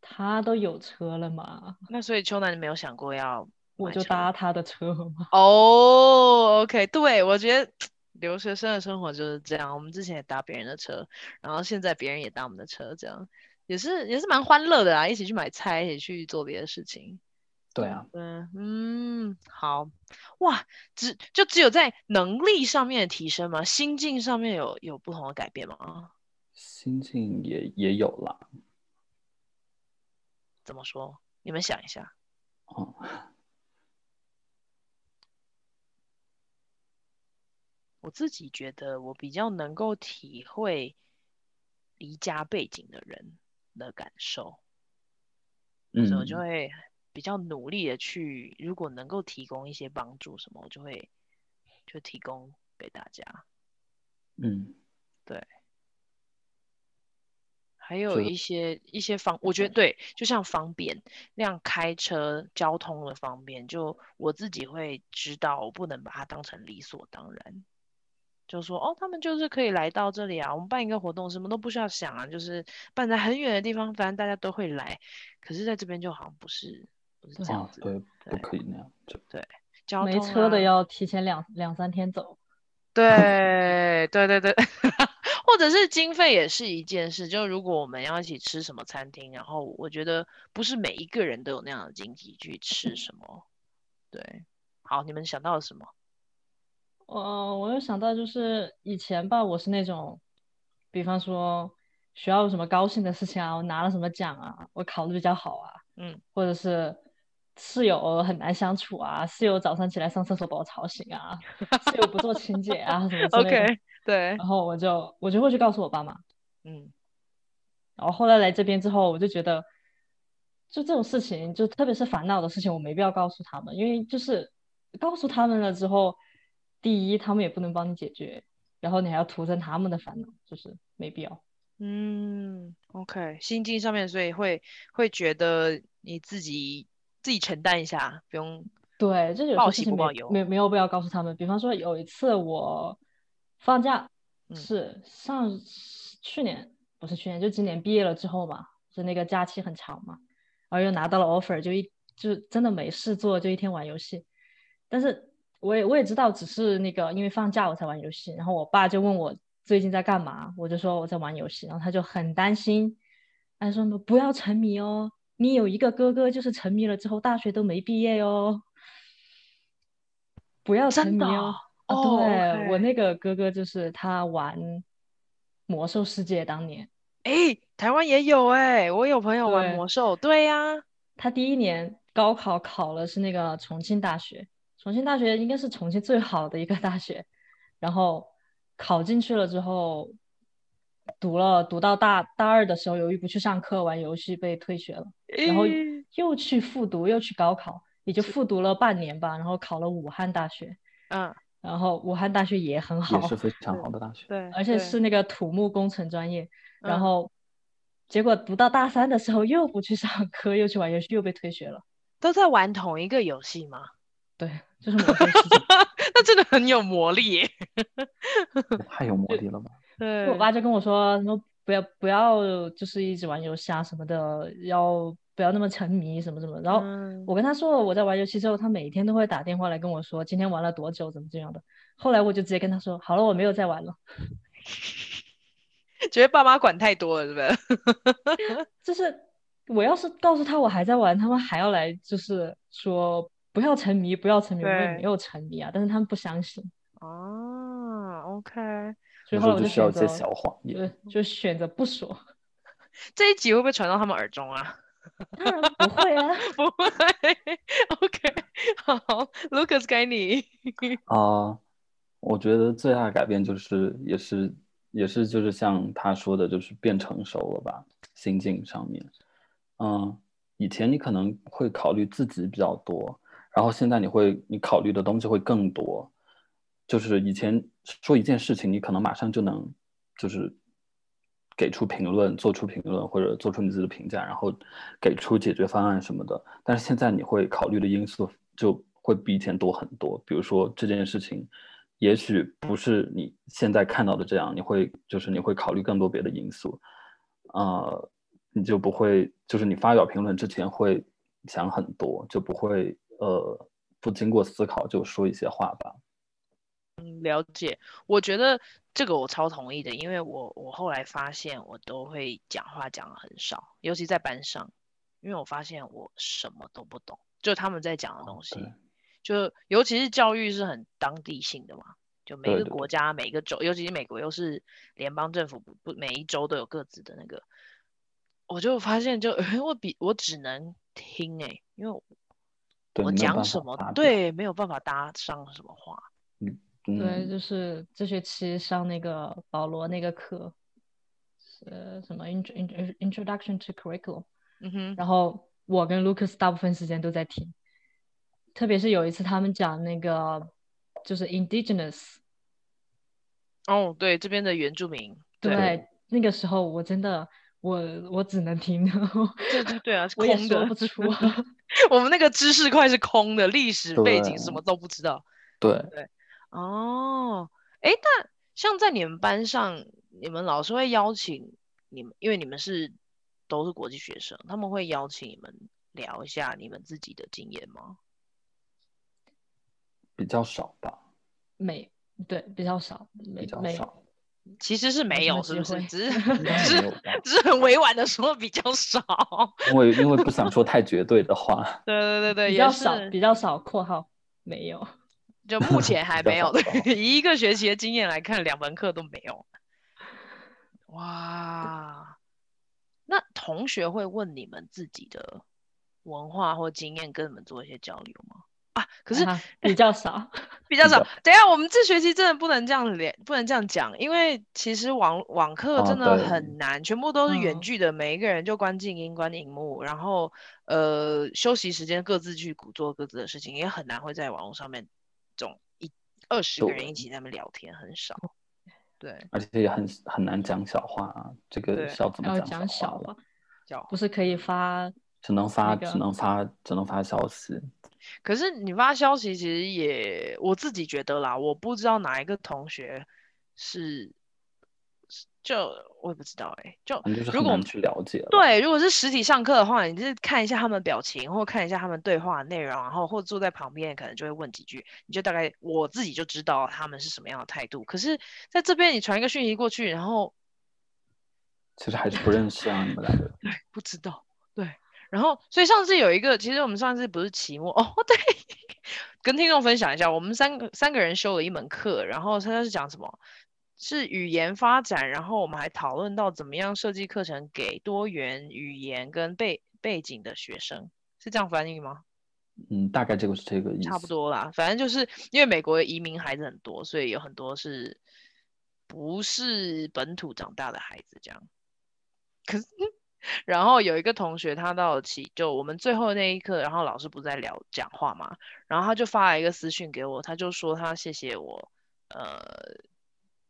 [SPEAKER 3] 他都有车了嘛，
[SPEAKER 1] 那所以秋楠你没有想过要
[SPEAKER 3] 我
[SPEAKER 1] 买
[SPEAKER 3] 就
[SPEAKER 1] 车
[SPEAKER 3] 搭他的车嘛。
[SPEAKER 1] 哦，OK，对，我觉得留学生的生活就是这样。我们之前也搭别人的车，然后现在别人也搭我们的车，这样也是也是蛮欢乐的啊！一起去买菜，一起去做别的事情。
[SPEAKER 2] 对啊，
[SPEAKER 1] 嗯嗯，好，哇，只就只有在能力上面的提升吗？心境上面有有不同的改变吗？
[SPEAKER 2] 心境也也有啦。
[SPEAKER 1] 怎么说？你们想一下。哦
[SPEAKER 2] 嗯，
[SPEAKER 1] 我自己觉得我比较能够体会离家背景的人的感受，所以我就
[SPEAKER 2] 嗯
[SPEAKER 1] 会比较努力的去，如果能够提供一些帮助什么，我就会就提供给大家。
[SPEAKER 2] 嗯，
[SPEAKER 1] 还有
[SPEAKER 2] 是
[SPEAKER 1] 一些一些方，我
[SPEAKER 3] 嗯
[SPEAKER 1] 觉得对，就像方便，那样开车交通的方便，就我自己会知道，我不能把它当成理所当然。就说哦，他们就是可以来到这里啊，我们办一个活动，什么都不需要想啊，就是办在很远的地方，反正大家都会来。可是在这边就好像不是不是这样
[SPEAKER 2] 啊，
[SPEAKER 1] 子，
[SPEAKER 2] 对，不
[SPEAKER 1] 对
[SPEAKER 2] 可以那样，就
[SPEAKER 1] 交
[SPEAKER 3] 哦没
[SPEAKER 1] 通
[SPEAKER 3] 车的
[SPEAKER 1] 啊
[SPEAKER 3] 要提前两两三天走，
[SPEAKER 1] 对对对对， 或者是经费也是一件事。就如果我们要一起吃什么餐厅，然后我觉得不是每一个人都有那样的经济去吃什么。对，好，你们想到了什么？
[SPEAKER 3] 呃，我又想到就是以前吧，我是那种，比方说学校有什么高兴的事情啊，我拿了什么奖啊，我考的比较好啊，
[SPEAKER 1] 嗯，
[SPEAKER 3] 或者是室友很难相处啊，室友早上起来上厕所把我吵醒 啊，室友不做清洁啊什么之类的
[SPEAKER 1] OK，对，
[SPEAKER 3] 然后我就我就会去告诉我爸妈，
[SPEAKER 1] 嗯
[SPEAKER 3] 然后后来来这边之后，我就觉得，就这种事情，就特别是烦恼的事情，我没必要告诉他们，因为就是告诉他们了之后，第一他们也不能帮你解决，然后你还要徒增他们的烦恼，就是没必要。
[SPEAKER 1] 嗯，OK，心境上面，所以会会觉得你自己自己承担一下，不用，
[SPEAKER 3] 对，就有
[SPEAKER 1] 报
[SPEAKER 3] 些
[SPEAKER 1] 喜
[SPEAKER 3] 事情
[SPEAKER 1] 不
[SPEAKER 3] 没
[SPEAKER 1] 报忧
[SPEAKER 3] 没没有必要告诉他们。比方说有一次我放假，
[SPEAKER 1] 嗯
[SPEAKER 3] 是上去年不是去年，就今年毕业了之后嘛，就那个假期很长嘛，然后又拿到了 offer，就一就真的没事做，就一天玩游戏。但是我也我也知道，只是那个因为放假我才玩游戏。然后我爸就问我最近在干嘛，我就说我在玩游戏，然后他就很担心，他说不要沉迷哦，你有一个哥哥就是沉迷了之后大学都没毕业哟，不要沉
[SPEAKER 1] 真
[SPEAKER 3] 迷
[SPEAKER 1] 的
[SPEAKER 3] 哦。啊
[SPEAKER 1] 哦
[SPEAKER 3] 对，我
[SPEAKER 1] ，OK
[SPEAKER 3] 那个哥哥就是他玩魔兽世界当年，
[SPEAKER 1] 诶，哎台湾也有诶，我有朋友玩
[SPEAKER 3] 对
[SPEAKER 1] 魔兽，对呀，
[SPEAKER 3] 他第一年高考考了是那个重庆大学，重庆大学应该是重庆最好的一个大学，然后考进去了之后，读了读到大大二的时候，由于不去上课玩游戏被退学了，然后
[SPEAKER 1] 诶
[SPEAKER 3] 又去复读又去高考，也就复读了半年吧，然后考了武汉大学，
[SPEAKER 1] 嗯，
[SPEAKER 3] 然后武汉大学也很好，
[SPEAKER 2] 也是非常
[SPEAKER 1] 对
[SPEAKER 2] 好的大学。
[SPEAKER 1] 对，嗯
[SPEAKER 3] 而且
[SPEAKER 1] 对
[SPEAKER 3] 是那个土木工程专业，然
[SPEAKER 1] 嗯
[SPEAKER 3] 后结果读到大三的时候又不去上课，又去玩游戏，又被退学了。
[SPEAKER 1] 都在玩同一个游戏吗？
[SPEAKER 3] 对，就是某些事情。
[SPEAKER 1] 那真的很有魔力耶。
[SPEAKER 2] 太有魔力了吧？
[SPEAKER 1] 对
[SPEAKER 3] 我爸就跟我说，什么不要不要就是一直玩游戏啊什么的，要不要那么沉迷什么什么。然后
[SPEAKER 1] 嗯
[SPEAKER 3] 我跟他说了我在玩游戏之后，他每天都会打电话来跟我说今天玩了多久，怎么这样的。后来我就直接跟他说，好了，我没有再玩了。
[SPEAKER 1] 觉得爸妈管太多了，是不是？
[SPEAKER 3] 就是我要是告诉他我还在玩，他们还要来就是说不要沉迷，不要沉迷，我也
[SPEAKER 1] 对
[SPEAKER 3] 没有沉迷啊，但是他们不相信，
[SPEAKER 1] 啊，OK，
[SPEAKER 3] 所以
[SPEAKER 2] 有时
[SPEAKER 3] 后来
[SPEAKER 2] 候
[SPEAKER 3] 我
[SPEAKER 2] 就需要
[SPEAKER 3] 选
[SPEAKER 2] 一些
[SPEAKER 3] 择
[SPEAKER 2] 小谎言。
[SPEAKER 3] 对，就选择不说。
[SPEAKER 1] 这一集会不会传到他们耳中啊？
[SPEAKER 3] 当然不会啊，
[SPEAKER 1] 不会，OK，好，Lucas 该你。
[SPEAKER 2] 啊、我觉得最大的改变就是，也是也是就是像他说的，就是变成熟了吧，心境上面。嗯，以前你可能会考虑自己比较多，然后现在你会你考虑的东西会更多。就是以前说一件事情，你可能马上就能就是给出评论、做出评论或者做出你自己的评价，然后给出解决方案什么的。但是现在你会考虑的因素就会比以前多很多。比如说这件事情，也许不是你现在看到的这样，你会就是你会考虑更多别的因素，呃，你就不会就是你发表评论之前会想很多，就不会呃不经过思考就说一些话吧。
[SPEAKER 1] 了解，我觉得这个我超同意的，因为我我后来发现我都会讲话讲的很少，尤其在班上，因为我发现我什么都不懂，就他们在讲的东西，
[SPEAKER 2] 对
[SPEAKER 1] 就尤其是教育是很当地性的嘛，就每
[SPEAKER 2] 对
[SPEAKER 1] 个
[SPEAKER 2] 对
[SPEAKER 1] 国家每个州，尤其是美国又是联邦政府不不每一州都有各自的那个，我就发现就 我比我只能听诶、因为我
[SPEAKER 2] 对
[SPEAKER 1] 我
[SPEAKER 2] 你没有
[SPEAKER 1] 讲
[SPEAKER 2] 办
[SPEAKER 1] 什
[SPEAKER 2] 法
[SPEAKER 1] 么
[SPEAKER 2] 发表
[SPEAKER 1] 对没有办法搭上什么话。
[SPEAKER 3] 对，
[SPEAKER 2] 嗯，
[SPEAKER 3] 就是这学期上那个保罗那个课，是什么 intro intro introduction to curriculum，
[SPEAKER 1] 嗯哼，
[SPEAKER 3] 然后我跟 Lucas 大部分时间都在听，特别是有一次他们讲那个就是 indigenous，
[SPEAKER 1] 哦，对，这边的原住民，对
[SPEAKER 3] 对，那个时候我真的我我只能听，然后
[SPEAKER 1] 对对对啊，是
[SPEAKER 3] 我也
[SPEAKER 1] 空
[SPEAKER 3] 说
[SPEAKER 1] 的
[SPEAKER 3] 不出
[SPEAKER 1] 我们那个知识块是空的，历史背景什
[SPEAKER 2] 对
[SPEAKER 1] 么都不知道。
[SPEAKER 2] 对，
[SPEAKER 1] 哦，诶，那像在你们班上，你们老师会邀请你们，因为你们是都是国际学生，他们会邀请你们聊一下你们自己的经验吗？
[SPEAKER 2] 比较少吧，
[SPEAKER 3] 没对比较少，没
[SPEAKER 2] 比较
[SPEAKER 3] 没
[SPEAKER 2] 少，
[SPEAKER 1] 其实是
[SPEAKER 3] 没
[SPEAKER 1] 没
[SPEAKER 3] 什么
[SPEAKER 1] 有，是
[SPEAKER 3] 机
[SPEAKER 1] 不是？
[SPEAKER 3] 会
[SPEAKER 1] 只是只
[SPEAKER 2] 应该也
[SPEAKER 1] 是，
[SPEAKER 2] 没有吧
[SPEAKER 1] 只是很委婉的说比较少。
[SPEAKER 2] 因为因为不想说太绝对的话。
[SPEAKER 1] 对对对对，
[SPEAKER 3] 比
[SPEAKER 1] 也
[SPEAKER 3] 较少
[SPEAKER 1] 是
[SPEAKER 3] 比较少（括号没有
[SPEAKER 1] 就目前还
[SPEAKER 2] 比较
[SPEAKER 1] 没有
[SPEAKER 2] 少
[SPEAKER 1] 的
[SPEAKER 2] 少，哦
[SPEAKER 1] 以一个学期的经验来看，两门课都没有。哇，那同学会问你们自己的文化或经验，跟你们做一些交流吗？啊，），可是
[SPEAKER 3] 啊比较少。
[SPEAKER 1] 比较
[SPEAKER 2] 比
[SPEAKER 1] 少
[SPEAKER 2] 较。
[SPEAKER 1] 等一下，我们这学期真的不能这样连，不能这样讲，因为其实网网课
[SPEAKER 2] 啊
[SPEAKER 1] 真的
[SPEAKER 2] 对
[SPEAKER 1] 很难，全部都是远
[SPEAKER 3] 嗯
[SPEAKER 1] 距的，每一个人就关静音、关荧幕，然后呃休息时间各自去鼓做各自的事情，也很难会在网络上面这种一二十个
[SPEAKER 2] 对
[SPEAKER 1] 人一起在那边聊天，很少。对，
[SPEAKER 2] 而且也很很难讲小话啊，这
[SPEAKER 1] 对
[SPEAKER 2] 个是要怎么
[SPEAKER 3] 要
[SPEAKER 2] 讲
[SPEAKER 3] 讲
[SPEAKER 2] 小
[SPEAKER 3] 小
[SPEAKER 2] 话了？
[SPEAKER 3] 话，
[SPEAKER 1] 叫。
[SPEAKER 3] 不是可以发
[SPEAKER 2] 只能发，
[SPEAKER 3] 那
[SPEAKER 2] 只
[SPEAKER 3] 个
[SPEAKER 2] 能发，只能发消息。
[SPEAKER 1] 可是你发消息其实也，我自己觉得啦，我不知道哪一个同学是，是就我也不知道哎、就
[SPEAKER 2] 反正就是
[SPEAKER 1] 如
[SPEAKER 2] 很
[SPEAKER 1] 果
[SPEAKER 2] 难去了解了。
[SPEAKER 1] 对，如果是实体上课的话，你就是看一下他们表情，或看一下他们对话的内容，然后或坐在旁边，可能就会问几句，你就大概我自己就知道他们是什么样的态度。可是在这边，你传一个讯息过去，然后
[SPEAKER 2] 其实还是不认识啊，你们两个。
[SPEAKER 1] 不知道，对，然后所以上次有一个，其实我们上次不是期末哦，对， 跟听众分享一下，我们三个三个人修了一门课，然后他是讲什么？是语言发展，然后我们还讨论到怎么样设计课程给多元语言跟背背景的学生，是这样翻译吗？
[SPEAKER 2] 嗯，大概这个是这个意思。
[SPEAKER 1] 差不。多啦，反正就是因为美国移民孩子很多，所以有很多是不是本土长大的孩子这样。可是，然后有一个同学他到期，就我们最后那一刻，然后老师不是在聊讲话嘛，然后他就发了一个私讯给我，他就说他谢谢我，呃，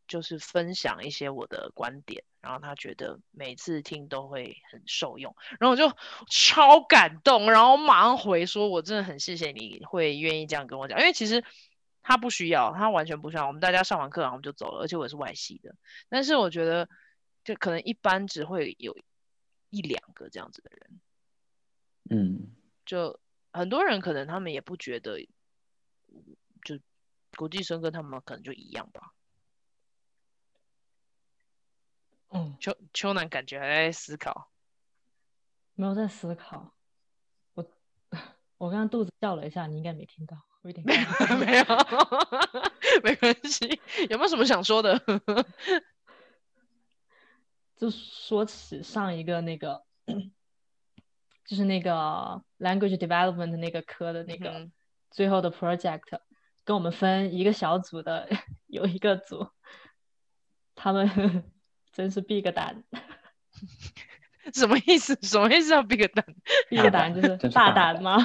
[SPEAKER 1] 就是分享一些我的观点，然后他觉得每次听都会很受用。然后我就超感动，然后马上回说，我真的很谢谢你会愿意这样跟我讲，因为其实他不需要，他完全不需要，我们大家上完课然后我们就走了，而且我也是外系的，但是我觉得就可能一般只会有一两个这样子的人，
[SPEAKER 2] 嗯，
[SPEAKER 1] 就很多人可能他们也不觉得，就国际生跟他们可能就一样吧。
[SPEAKER 3] 嗯，
[SPEAKER 1] 秋秋楠感觉还在思考，
[SPEAKER 3] 没有在思考。我我刚刚肚子叫了一下，你应该没听到，我有点尴尬
[SPEAKER 1] 没有， 没关系，有没有什么想说的？
[SPEAKER 3] 就说起上一个那个，就是那个 language development 那个科的那个
[SPEAKER 1] 嗯
[SPEAKER 3] 最后的 project，、跟我们分一个小组的 有一个组，他们 真是 big 胆
[SPEAKER 1] 什么意思？什么意思叫 big 蛋？
[SPEAKER 3] ，big
[SPEAKER 2] 大
[SPEAKER 3] 胆
[SPEAKER 2] 胆
[SPEAKER 3] 就是
[SPEAKER 2] 真是
[SPEAKER 3] 大
[SPEAKER 2] 大
[SPEAKER 3] 胆吗？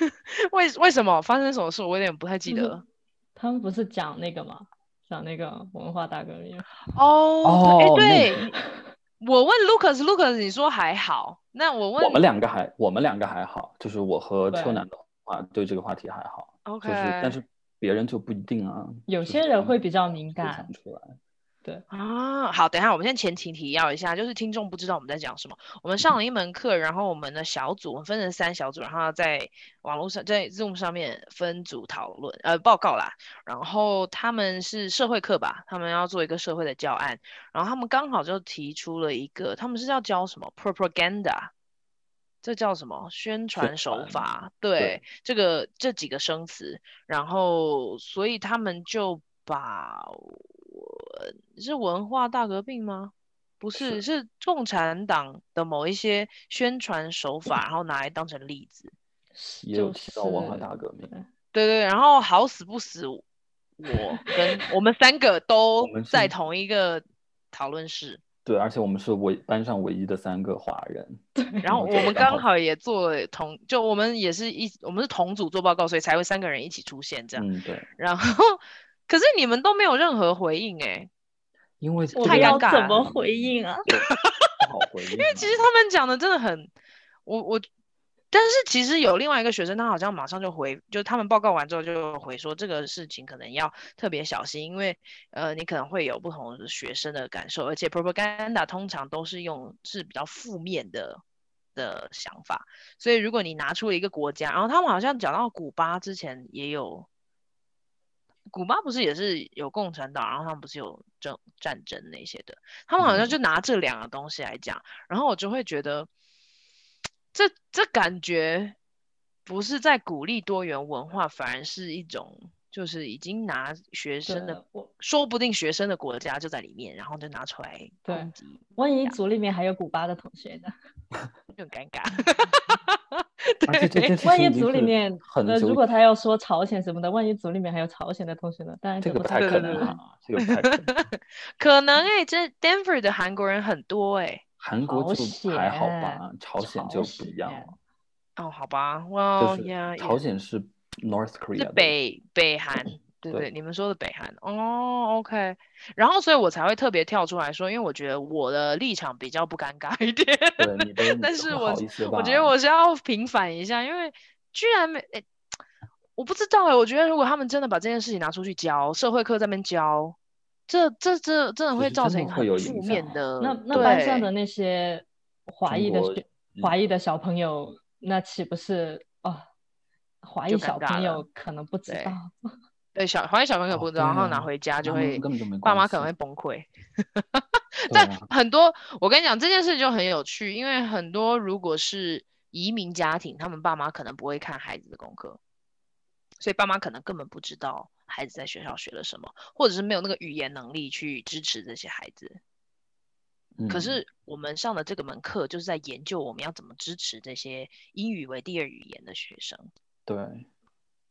[SPEAKER 1] 为为什么发生什么事？我有点不太记
[SPEAKER 3] 就
[SPEAKER 1] 得
[SPEAKER 3] 是
[SPEAKER 1] 了。
[SPEAKER 3] 他们不是讲那个吗？讲那个文化大革命吗，
[SPEAKER 1] 哦，哎、
[SPEAKER 2] 哦
[SPEAKER 1] 对
[SPEAKER 2] 那，
[SPEAKER 1] 我问 Lucas，Lucas 你说还好，那我问
[SPEAKER 2] 我们两个还我们两个还好，就是我和
[SPEAKER 3] 对
[SPEAKER 2] 秋楠的话，对这个话题还好，
[SPEAKER 1] OK，
[SPEAKER 2] 就是但是别人就不一定啊，
[SPEAKER 3] 有
[SPEAKER 2] 就是
[SPEAKER 3] 些
[SPEAKER 2] 他
[SPEAKER 3] 人
[SPEAKER 2] 们
[SPEAKER 3] 会比较
[SPEAKER 2] 不
[SPEAKER 3] 敏
[SPEAKER 2] 会
[SPEAKER 3] 感
[SPEAKER 2] 想，出来，
[SPEAKER 1] 啊，好，等一下，我们先前情提要一下，就是听众不知道我们在讲什么。我们上了一门课，然后我们的小组，我们分成三小组，然后在网络上，在 Zoom 上面分组讨论，呃，报告啦。然后他们是社会课吧，他们要做一个社会的教案，然后他们刚好就提出了一个，他们是要教什么 propaganda，这叫什么宣传手
[SPEAKER 2] 传
[SPEAKER 1] 法？
[SPEAKER 2] 对
[SPEAKER 1] 这个这几个生词，然后所以他们就把我是文化大革命吗？不是，是共产党的某一些宣传手法，然后拿来当成例子。
[SPEAKER 2] 也有
[SPEAKER 3] 就
[SPEAKER 2] 提到文化
[SPEAKER 3] 是
[SPEAKER 2] 大革命，
[SPEAKER 1] 对对，然后好死不死，我跟我们三个都
[SPEAKER 2] 我们是
[SPEAKER 1] 在同一个讨论室，
[SPEAKER 2] 对，而且我们是唯班上唯一的三个华人，
[SPEAKER 1] 然后
[SPEAKER 2] 我
[SPEAKER 1] 我
[SPEAKER 2] 觉得
[SPEAKER 1] 们
[SPEAKER 2] 刚
[SPEAKER 1] 刚
[SPEAKER 2] 好
[SPEAKER 1] 好也做了同，就我们也是一，我们是同组做报告，所以才会三个人一起出现这样。
[SPEAKER 2] 嗯，对，
[SPEAKER 1] 然后， 可是你们都没有任何回应哎，
[SPEAKER 2] 因为
[SPEAKER 3] 我
[SPEAKER 1] 太尴
[SPEAKER 3] 们要
[SPEAKER 1] 尬
[SPEAKER 3] 怎
[SPEAKER 1] 了
[SPEAKER 3] 么回应啊？
[SPEAKER 2] 对不好回应啊，因为
[SPEAKER 1] 其实他们讲的真的很，我我，但是其实有另外一个学生，他好像马上就回，就他们报告完之后就回说这个事情可能要特别小心，因为呃你可能会有不同的学生的感受，而且 propaganda 通常都是用是比较负面的的想法，所以如果你拿出了一个国家，然后他们好像讲到古巴之前也有。古巴不是也是有共产党，然后他们不是有争战争那些的，他们好像
[SPEAKER 2] 嗯
[SPEAKER 1] 就拿这两个东西来讲，然后我就会觉得，这这感觉不是在鼓励多元文化，反而是一种就是已经拿学生的，
[SPEAKER 3] 对我
[SPEAKER 1] 说不定学生的国家就在里面，然后就拿出来
[SPEAKER 3] 对
[SPEAKER 1] 攻击，
[SPEAKER 3] 我一组里面还有古巴的同学呢。
[SPEAKER 1] 就很尴尬。
[SPEAKER 2] 而且 这
[SPEAKER 1] 对
[SPEAKER 2] 件事
[SPEAKER 3] 万
[SPEAKER 2] 情
[SPEAKER 3] 一
[SPEAKER 2] 已经
[SPEAKER 3] 组里
[SPEAKER 2] 是
[SPEAKER 3] 面，
[SPEAKER 2] 很
[SPEAKER 3] 呃，
[SPEAKER 2] 久
[SPEAKER 3] 如果他要说朝鲜什么的，万一组里面还有朝鲜的同学呢？当然
[SPEAKER 2] 这
[SPEAKER 3] 就
[SPEAKER 2] 个
[SPEAKER 3] 不
[SPEAKER 2] 不太
[SPEAKER 1] 对
[SPEAKER 2] 可
[SPEAKER 1] 对
[SPEAKER 2] 能
[SPEAKER 1] 对
[SPEAKER 2] 啊，这个不太可能。
[SPEAKER 1] 可能哎、这 Denver 的韩国人很多哎、
[SPEAKER 2] 韩国
[SPEAKER 3] 朝
[SPEAKER 2] 就还好
[SPEAKER 3] 鲜
[SPEAKER 2] 吧，朝鲜就不一样
[SPEAKER 3] 朝鲜
[SPEAKER 2] 了，
[SPEAKER 1] 哦，好吧，哇
[SPEAKER 2] 就是
[SPEAKER 1] 呀，
[SPEAKER 2] 朝鲜是 North
[SPEAKER 1] 是
[SPEAKER 2] Korea 的
[SPEAKER 1] 北北韩，对
[SPEAKER 2] 对
[SPEAKER 1] 对，你们说的北韩哦，OK，然后所以我才会特别跳出来说，因为我觉得我的立场比较不尴尬一点，
[SPEAKER 2] 对，你的
[SPEAKER 1] 但
[SPEAKER 2] 你
[SPEAKER 1] 是
[SPEAKER 2] 会
[SPEAKER 1] 我
[SPEAKER 2] 好一些吧。
[SPEAKER 1] 我觉得我是要平反一下，因为居然没，诶我不知道哎、我觉得如果他们真的把这件事情拿出去教，社会课在那边教，这这这真的
[SPEAKER 2] 其
[SPEAKER 1] 会
[SPEAKER 2] 实
[SPEAKER 1] 造成
[SPEAKER 2] 真的
[SPEAKER 1] 一个
[SPEAKER 2] 会有
[SPEAKER 1] 很
[SPEAKER 2] 影
[SPEAKER 1] 负面
[SPEAKER 2] 响啊
[SPEAKER 1] 的，
[SPEAKER 3] 那那班上
[SPEAKER 1] 嗯对
[SPEAKER 3] 的那些华
[SPEAKER 2] 中
[SPEAKER 3] 裔的
[SPEAKER 2] 国
[SPEAKER 3] 学
[SPEAKER 2] 嗯
[SPEAKER 3] 华裔的小朋友，那岂不是哦？华裔
[SPEAKER 1] 就尴
[SPEAKER 3] 小
[SPEAKER 1] 尬
[SPEAKER 3] 朋友
[SPEAKER 1] 了
[SPEAKER 3] 可能不知
[SPEAKER 1] 对
[SPEAKER 3] 道，
[SPEAKER 1] 对小怀疑小朋友
[SPEAKER 2] 哦
[SPEAKER 1] 不知
[SPEAKER 2] 对
[SPEAKER 1] 道，然后拿
[SPEAKER 2] 啊
[SPEAKER 1] 回家就
[SPEAKER 2] 他们
[SPEAKER 1] 会
[SPEAKER 2] 根本就没
[SPEAKER 1] 爸
[SPEAKER 2] 关
[SPEAKER 1] 妈可能会
[SPEAKER 2] 系
[SPEAKER 1] 崩溃。
[SPEAKER 2] 对
[SPEAKER 1] 但
[SPEAKER 2] 啊，
[SPEAKER 1] 很多，我跟你讲这件事就很有趣，因为很多如果是移民家庭，他们爸妈可能不会看孩子的功课，所以爸妈可能根本不知道孩子在学校学了什么，或者是没有那个语言能力去支持这些孩子。可
[SPEAKER 2] 嗯
[SPEAKER 1] 是我们上的这个门课就是在研究我们要怎么支持这些英语为第二语言的学生。
[SPEAKER 2] 对，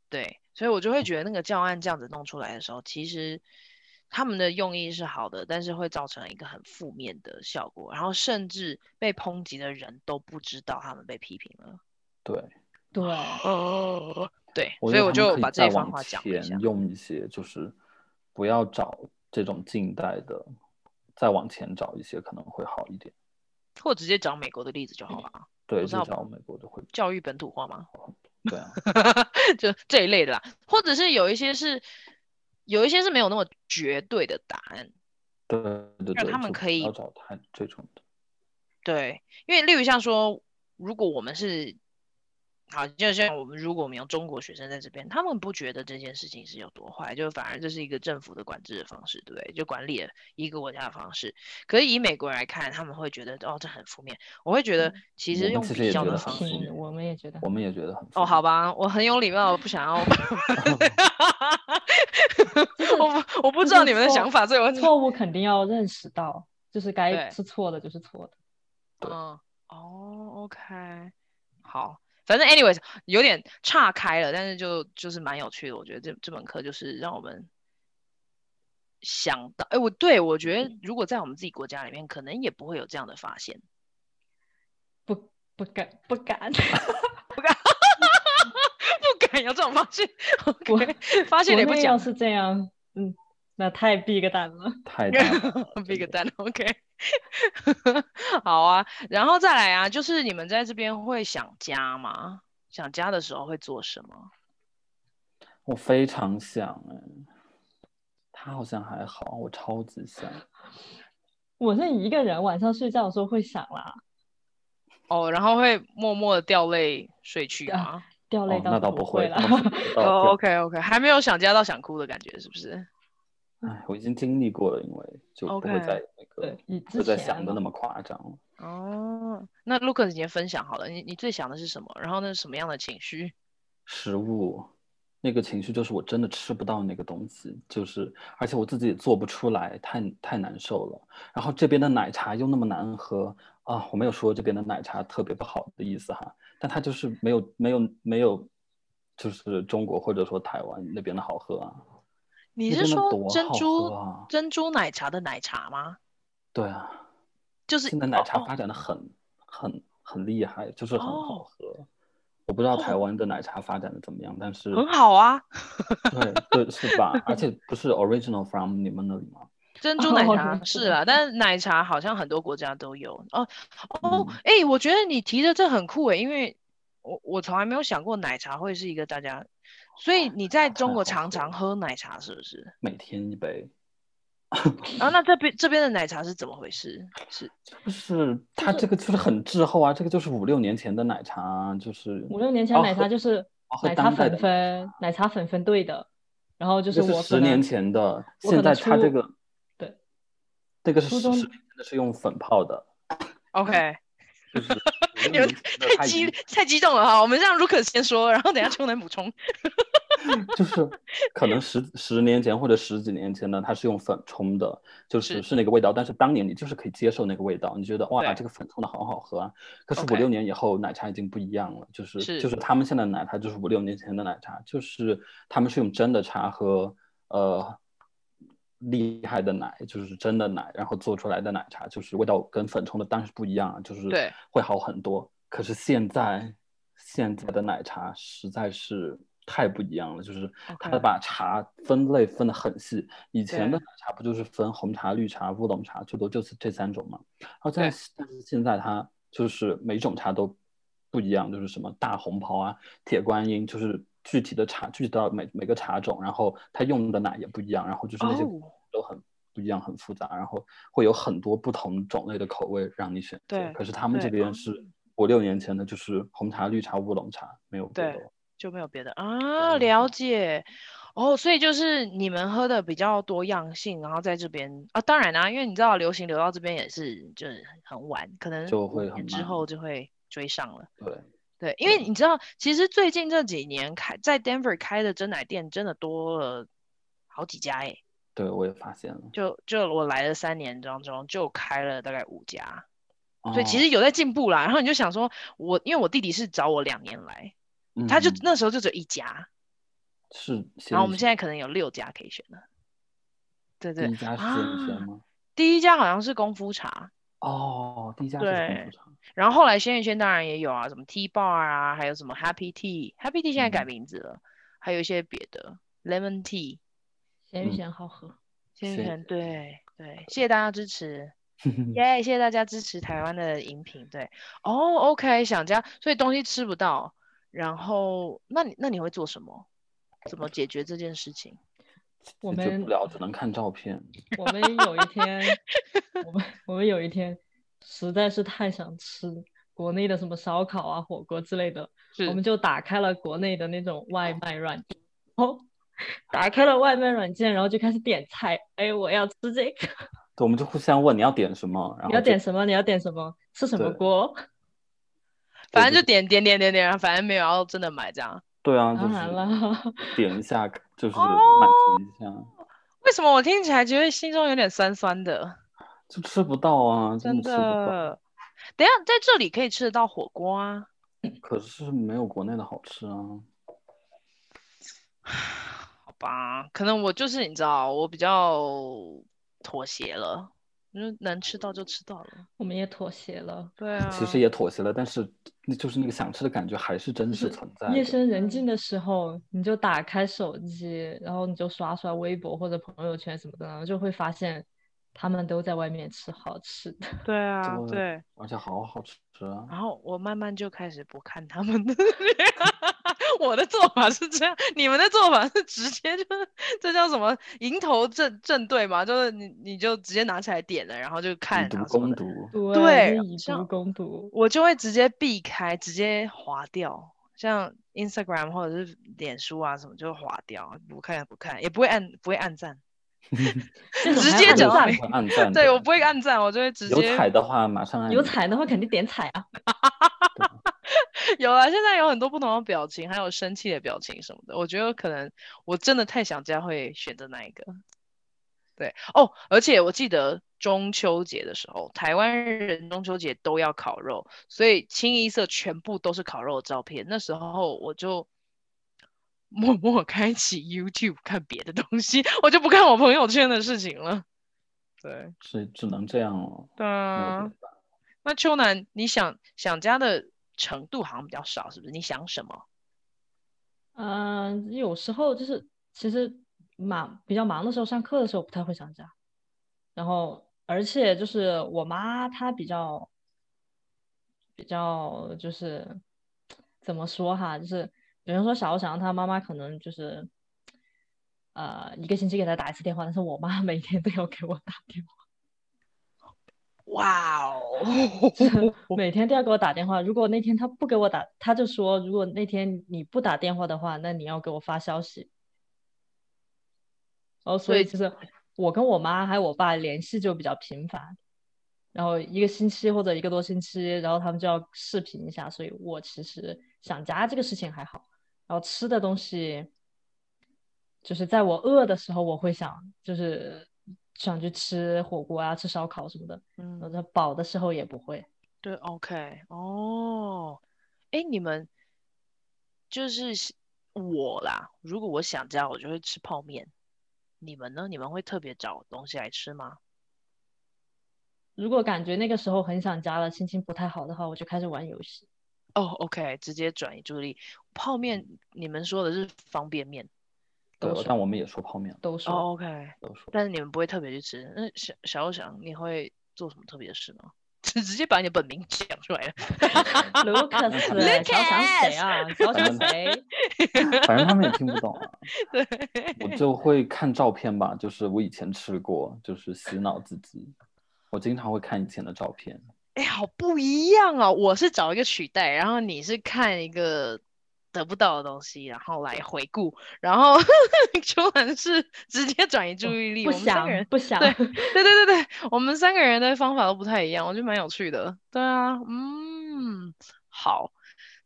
[SPEAKER 1] 对，所以我
[SPEAKER 2] 嗯
[SPEAKER 1] 就会觉得那个教案这样子弄出来的时候，其实他们的用意是好的，但是会造成一个很负面的效果，然后甚至被抨击的人都不知道他们被批评了。
[SPEAKER 2] 对，
[SPEAKER 3] 对，
[SPEAKER 1] 哦，对，
[SPEAKER 2] 我
[SPEAKER 1] 所以
[SPEAKER 2] 觉得
[SPEAKER 1] 我就
[SPEAKER 2] 他们可以
[SPEAKER 1] 把这
[SPEAKER 2] 再
[SPEAKER 1] 一番
[SPEAKER 2] 往
[SPEAKER 1] 话讲了一
[SPEAKER 2] 前
[SPEAKER 1] 下。
[SPEAKER 2] 用一些，就是不要找这种近代的，再往前找一些可能会好一点。
[SPEAKER 1] 或直接找美国的例子就好了啊，
[SPEAKER 2] 对，
[SPEAKER 1] 不知
[SPEAKER 2] 至
[SPEAKER 1] 道
[SPEAKER 2] 少美国就会
[SPEAKER 1] 教育本土化嘛，
[SPEAKER 2] 好很多。对啊，
[SPEAKER 1] 就这一类的啦，或者是有一些是有一些是没有那么绝对的答案，
[SPEAKER 2] 对对对，
[SPEAKER 1] 让他们
[SPEAKER 2] 就
[SPEAKER 1] 可以
[SPEAKER 2] 不要找他这种的，
[SPEAKER 1] 对，因为例如像说，如果我们是，好，就像我们如果我们有中国学生在这边，他们不觉得这件事情是有多坏，就反而这是一个政府的管制的方式，对不对？就管理的一个国家的方式。可是以美国人来看，他们会觉得哦，这很负面。我会觉得其
[SPEAKER 2] 我
[SPEAKER 1] 实
[SPEAKER 2] 们
[SPEAKER 1] 用
[SPEAKER 2] 其实
[SPEAKER 1] 比
[SPEAKER 2] 也
[SPEAKER 1] 较的
[SPEAKER 2] 觉得
[SPEAKER 1] 方
[SPEAKER 2] 很
[SPEAKER 1] 式
[SPEAKER 2] 负
[SPEAKER 3] 听
[SPEAKER 2] 面
[SPEAKER 3] 我们也觉得
[SPEAKER 2] 我们也觉得很
[SPEAKER 1] 哦，好
[SPEAKER 2] 吧，
[SPEAKER 1] 吧，我很有礼貌，我不想要， 我不我不知道你们的想法，所以我
[SPEAKER 3] 错误肯定要认识到，就是该
[SPEAKER 1] 对
[SPEAKER 3] 是错的就是错的。
[SPEAKER 2] 对
[SPEAKER 1] 嗯，哦，OK，好，反正 anyways 有点岔开了，但是就就是蛮有趣的。我觉得这这门课就是让我们想到，哎，我对我觉得如果在我们自己国家里面，可能也不会有这样的发现。
[SPEAKER 3] 不不敢不敢，
[SPEAKER 1] 不敢有这种发现
[SPEAKER 3] 我
[SPEAKER 1] ，OK，发 现了也不
[SPEAKER 3] 国内要
[SPEAKER 1] 讲，
[SPEAKER 3] 是这样，嗯，那太 big 蛋了。
[SPEAKER 2] 太大了
[SPEAKER 1] ，big
[SPEAKER 2] 真的
[SPEAKER 1] Dan OK，好啊，然后再来啊，就是你们在这边会想家吗？想家的时候会做什么？
[SPEAKER 2] 我非常想哎，他好像还好，我超级想，
[SPEAKER 3] 我是一个人晚上睡觉的时候会想啦，
[SPEAKER 1] 哦，然后会默默的掉泪睡去
[SPEAKER 3] 啊
[SPEAKER 1] 吗？
[SPEAKER 3] 掉
[SPEAKER 2] 哦
[SPEAKER 3] 泪，
[SPEAKER 2] 那
[SPEAKER 3] 倒
[SPEAKER 2] 倒
[SPEAKER 3] 不
[SPEAKER 2] 会
[SPEAKER 3] 啦。
[SPEAKER 2] 倒是倒
[SPEAKER 1] 哦、
[SPEAKER 2] 掉
[SPEAKER 1] o k OK，还没有想家到想哭的感觉，是不是？
[SPEAKER 2] 哎，我已经经历过了，因为就不
[SPEAKER 1] OK
[SPEAKER 2] 会再那个
[SPEAKER 3] 对，你
[SPEAKER 2] 不
[SPEAKER 3] 之
[SPEAKER 2] 再
[SPEAKER 3] 前
[SPEAKER 2] 想的那么夸张了。
[SPEAKER 1] 哦，那 Lucas 你先分享好了，你你最想的是什么？然后那是什么样的情绪？
[SPEAKER 2] 食物，那个情绪就是我真的吃不到那个东西，就是而且我自己也做不出来，太太难受了。然后这边的奶茶又那么难喝啊，我没有说这边的奶茶特别不好的意思哈，但它就是没有没有没有，就是中国或者说台湾那边的好喝啊。
[SPEAKER 1] 你
[SPEAKER 2] 那
[SPEAKER 1] 是
[SPEAKER 2] 真的
[SPEAKER 1] 说
[SPEAKER 2] 多
[SPEAKER 1] 珍
[SPEAKER 2] 好
[SPEAKER 1] 珠、
[SPEAKER 2] 喝啊
[SPEAKER 1] 珍珠奶茶的奶茶吗？
[SPEAKER 2] 对啊，
[SPEAKER 1] 就是
[SPEAKER 2] 现在奶茶
[SPEAKER 1] 哦
[SPEAKER 2] 发展的很、很很厉害，就是很
[SPEAKER 1] 哦
[SPEAKER 2] 好喝。我
[SPEAKER 3] 哦
[SPEAKER 2] 不知道台湾的奶茶发展的怎么样，但是
[SPEAKER 1] 很好啊，
[SPEAKER 2] 对对是吧？而且不是 original from 你们那里吗？
[SPEAKER 1] 珍珠奶
[SPEAKER 3] 哦
[SPEAKER 1] 茶
[SPEAKER 3] 对
[SPEAKER 1] 是
[SPEAKER 3] 对
[SPEAKER 1] 啦，
[SPEAKER 3] 对
[SPEAKER 1] 但是奶茶好像很多国家都有哦哦
[SPEAKER 2] 嗯，
[SPEAKER 1] 哎、我觉得你提的这很酷诶，因为我我从来没有想过奶茶会是一个大家，所以你在中
[SPEAKER 2] 太
[SPEAKER 1] 国
[SPEAKER 2] 好
[SPEAKER 1] 常
[SPEAKER 2] 喝
[SPEAKER 1] 常
[SPEAKER 2] 了
[SPEAKER 1] 喝奶茶是不是？
[SPEAKER 2] 每天一杯，
[SPEAKER 1] 然后那这边这边的奶茶是怎么回事？是
[SPEAKER 2] 就是它这个就是很滞后啊，这个就是五六年前的奶茶啊，就是
[SPEAKER 3] 五六年前奶茶
[SPEAKER 2] 哦
[SPEAKER 3] 就是
[SPEAKER 2] 喝
[SPEAKER 3] 奶茶
[SPEAKER 2] 当代的
[SPEAKER 3] 粉粉，奶茶粉粉兑的，然后就
[SPEAKER 2] 这
[SPEAKER 3] 是
[SPEAKER 2] 个
[SPEAKER 3] 我可
[SPEAKER 2] 十年
[SPEAKER 3] 能
[SPEAKER 2] 前的，
[SPEAKER 3] 我可
[SPEAKER 2] 现
[SPEAKER 3] 能
[SPEAKER 2] 在它这
[SPEAKER 3] 初
[SPEAKER 2] 个
[SPEAKER 3] 对，
[SPEAKER 2] 这个是
[SPEAKER 3] 初
[SPEAKER 2] 十
[SPEAKER 3] 中
[SPEAKER 2] 十年前的是用粉泡的，
[SPEAKER 1] OK。
[SPEAKER 2] 就是 五六
[SPEAKER 1] 你们
[SPEAKER 2] 年前的
[SPEAKER 1] 嗯太
[SPEAKER 2] 它已
[SPEAKER 1] 激
[SPEAKER 2] 经
[SPEAKER 1] 太激动了哈，我们让 Lucas 先说，然后等下秋能补充。
[SPEAKER 2] 就是可能十十年前或者十几年前呢，它是用粉冲的，就是
[SPEAKER 1] 是
[SPEAKER 2] 是那个味道，但是当年你就是可以接受那个味道，你觉得哇，
[SPEAKER 1] 对
[SPEAKER 2] 这个粉冲的好好喝啊。可是
[SPEAKER 1] OK
[SPEAKER 2] 五六年以后，奶茶已经不一样了，就是
[SPEAKER 1] 是
[SPEAKER 2] 就是他们现在的奶茶就是五六年前的奶茶，就是他们是用真的茶和呃厉害的奶，就是真的奶，然后做出来的奶茶，就是味道跟粉冲的当然是不一样啊，就是
[SPEAKER 1] 对
[SPEAKER 2] 会好很多。可是现在现在的奶茶实在是太不一样了，就是它
[SPEAKER 1] OK
[SPEAKER 2] 把茶分类分得很细。以前
[SPEAKER 1] 对
[SPEAKER 2] 的奶茶不就是分红茶、绿茶、乌龙茶，最多就是这三种嘛。然后但是但是现在它就是每种茶都不一样，就是什么大红袍啊、铁观音，就是具体的茶，具体到每每个茶种，然后它用的奶也不一样，然后就是那些
[SPEAKER 1] 哦
[SPEAKER 2] 都很。不一样，很复杂，然后会有很多不同种类的口味让你选择。
[SPEAKER 1] 对
[SPEAKER 2] 可是他们
[SPEAKER 1] 对嗯
[SPEAKER 2] 这边是五六年前的，就是红茶、绿茶、乌龙茶，没有别的
[SPEAKER 1] 对
[SPEAKER 2] 了。
[SPEAKER 1] 就没有别的啊，
[SPEAKER 2] 对
[SPEAKER 1] 了解。哦，所以就是你们喝的比较多样性，然后在这边啊，当然啦、因为你知道流行流到这边也是就是很晚，可能
[SPEAKER 2] 就
[SPEAKER 1] 五
[SPEAKER 2] 会
[SPEAKER 1] 年
[SPEAKER 2] 很
[SPEAKER 1] 之
[SPEAKER 2] 慢
[SPEAKER 1] 后就会追上了。
[SPEAKER 2] 对，
[SPEAKER 1] 对，因为
[SPEAKER 2] 对
[SPEAKER 1] 你知道，其实最近这几年开在 Denver 开的真奶店真的多了好几家诶，
[SPEAKER 2] 对我也发现了。
[SPEAKER 1] 就就我来了三年当中就开了大概五家。所以其
[SPEAKER 2] 哦
[SPEAKER 1] 实有在进步啦。然后你就想说，我因为我弟弟是找我两年来，他就
[SPEAKER 2] 嗯
[SPEAKER 1] 那时候就只有一家，
[SPEAKER 2] 是协议签，
[SPEAKER 1] 然后我们现在可能有六家可以选了。对
[SPEAKER 2] 第
[SPEAKER 1] 对
[SPEAKER 2] 一，家是协议
[SPEAKER 1] 啊
[SPEAKER 2] 签，吗？
[SPEAKER 1] 第一家好像是功夫茶，
[SPEAKER 2] 哦，第一家是
[SPEAKER 1] 对
[SPEAKER 2] 红薯肠，
[SPEAKER 1] 然后后来鲜芋仙当然也有啊，什么 T Bar 啊，还有什么 Happy Tea，Happy Tea 现在改
[SPEAKER 2] 嗯
[SPEAKER 1] 名字了，还有一些别的 Lemon Tea，
[SPEAKER 3] 咸鱼
[SPEAKER 2] 嗯
[SPEAKER 3] 咸好喝。
[SPEAKER 1] 鲜芋
[SPEAKER 2] 是
[SPEAKER 1] 仙对对，谢谢大家支持。
[SPEAKER 2] 嗯
[SPEAKER 1] 耶谢谢大家支持台湾的饮品。对，哦、o k 想家，所以东西吃不到，然后那你那你会做什么？怎么解决这件事情？
[SPEAKER 3] 我
[SPEAKER 2] 解决
[SPEAKER 3] 们
[SPEAKER 2] 不了，只能看照片。
[SPEAKER 3] 我们有一天，我们我们有一天实在是太想吃国内的什么烧烤啊、火锅之类的，
[SPEAKER 1] 是
[SPEAKER 3] 我们就打开了国内的那种外卖软件，然后打开了外卖软件，然后就开始点菜。哎，我要吃这个，
[SPEAKER 2] 对，我们就互相问你要点什么，然后
[SPEAKER 3] 你要
[SPEAKER 2] 就
[SPEAKER 3] 点什么？你要点什么？吃什么
[SPEAKER 2] 对
[SPEAKER 3] 锅？
[SPEAKER 1] 反正
[SPEAKER 2] 对
[SPEAKER 1] 就点点点点点，反正没有要真的买这样。
[SPEAKER 2] 对啊，就
[SPEAKER 3] 当然了
[SPEAKER 2] 是点一下，就是
[SPEAKER 1] 哦
[SPEAKER 2] 满足一下，
[SPEAKER 1] 为什么我听起来觉得心中有点酸酸的？
[SPEAKER 2] 就吃不到啊，
[SPEAKER 1] 真
[SPEAKER 2] 真的吃不到。
[SPEAKER 1] 的。等一下，在这里可以吃得到火锅啊。
[SPEAKER 2] 可是没有国内的好吃啊。
[SPEAKER 1] 好吧，可能我就是你知道，我比较妥协了，就是能吃到就吃到了。
[SPEAKER 3] 我们也妥协了。
[SPEAKER 1] 对啊，
[SPEAKER 2] 其实也妥协了，但是那就是那个想吃的感觉还是真
[SPEAKER 3] 就
[SPEAKER 2] 实
[SPEAKER 3] 是
[SPEAKER 2] 存在
[SPEAKER 3] 夜
[SPEAKER 2] 的。
[SPEAKER 3] 深人静的时候，你就打开手机，然后你就刷刷微博或者朋友圈什么的，然后就会发现他们都在外面吃好吃的。
[SPEAKER 1] 对啊，
[SPEAKER 2] 这个
[SPEAKER 1] 对。
[SPEAKER 2] 而且好好吃啊！
[SPEAKER 1] 然后我慢慢就开始不看他们的， 我的做法是这样，你们的做法是直接就是这叫什么迎头正正对嘛，就是你你就直接拿起来点了，然后就看
[SPEAKER 2] 以毒
[SPEAKER 1] 啊什么
[SPEAKER 2] 攻
[SPEAKER 1] 的，
[SPEAKER 2] 毒，
[SPEAKER 1] 对
[SPEAKER 3] 就以
[SPEAKER 1] 像
[SPEAKER 3] 毒攻毒。
[SPEAKER 1] 我就会直接避开，直接划掉，像 Instagram 或者是脸书啊什么就划掉，不看不看，也不会按不会按赞，
[SPEAKER 3] 这种
[SPEAKER 1] 直
[SPEAKER 3] 还
[SPEAKER 1] 接
[SPEAKER 3] 按
[SPEAKER 1] 讲
[SPEAKER 3] 赞
[SPEAKER 1] 没
[SPEAKER 2] 会暗赞的。
[SPEAKER 1] 对我不会按赞，我就会直
[SPEAKER 2] 有
[SPEAKER 1] 接
[SPEAKER 2] 彩的话马上按。
[SPEAKER 3] 有彩的话肯定点彩啊。
[SPEAKER 1] 有啊，现在有很多不同的表情，还有生气的表情什么的。我觉得可能我真的太想家，会选择那一个。对哦，而且我记得中秋节的时候，台湾人中秋节都要烤肉，所以清一色全部都是烤肉的照片。那时候我就 默默开启 YouTube 看别的东西，我就不看我朋友圈的事情了。对，
[SPEAKER 2] 是只能这样了。
[SPEAKER 1] 对
[SPEAKER 2] 没有
[SPEAKER 1] 啊
[SPEAKER 2] 别的办法
[SPEAKER 1] 那秋楠，你想想家的程度好像比较少，是不是？你想什么？
[SPEAKER 3] 嗯、有时候就是其实忙比较忙的时候，上课的时候不太会想家。然后，而且就是我妈她比较比较就是怎么说哈，就是比如说小翔他妈妈可能就是呃一个星期给他打一次电话，但是我妈 每天都要给我打电话。
[SPEAKER 1] 哇哦，
[SPEAKER 3] 每天都要给我打电话。如果那天他不给我打，他就说如果那天你不打电话的话，那你要给我发消息。哦，所
[SPEAKER 1] 对
[SPEAKER 3] 以就是我跟我妈还有我爸联系就比较频繁，然后一个星期或者一个多星期，然后他们就要视频一下。所以我其实想家这个事情还好，然后吃的东西，就是在我饿的时候，我会想就是想去吃火锅啊、吃烧烤什么的。然后
[SPEAKER 1] 嗯，
[SPEAKER 3] 在饱的时候也不会。
[SPEAKER 1] 对，OK，哦，哎，你们就是喜我啦，如果我想家，我就会吃泡面。你们呢？你们会特别找东西来吃吗？
[SPEAKER 3] 如果感觉那个时候很想家了，心情不太好的话，我就开始玩游戏。
[SPEAKER 1] 哦，OK，直接转移注意力。泡面，你们说的是方便面。
[SPEAKER 3] 都
[SPEAKER 2] 对，
[SPEAKER 3] 说
[SPEAKER 2] 但我们也说泡面，
[SPEAKER 3] 都说、
[SPEAKER 1] 哦，OK，
[SPEAKER 2] 都说
[SPEAKER 1] 但是你们不会特别去吃。那小小欧想，你会做什么特别的事吗？ 直直接把你的本名讲出来了。
[SPEAKER 3] Lucas，
[SPEAKER 1] Lucas
[SPEAKER 3] 小想谁啊？小想
[SPEAKER 1] 嗯
[SPEAKER 3] 谁？
[SPEAKER 2] 反正他们也听不懂啊。
[SPEAKER 1] 对，
[SPEAKER 2] 我就会看照片吧，就是我以前吃过，就是洗脑自己。我经常会看以前的照片，
[SPEAKER 1] 哎，好不一样哦！我是找一个取代，然后你是看一个得不到的东西，然后来回顾，然后 秋兰是直接转移注意力。
[SPEAKER 3] 哦
[SPEAKER 1] 我
[SPEAKER 3] 不
[SPEAKER 1] 们三个
[SPEAKER 3] 想
[SPEAKER 1] 人，
[SPEAKER 3] 不想。
[SPEAKER 1] 对对对对对，我们三个人的方法都不太一样，我觉得蛮有趣的。对啊，嗯，好，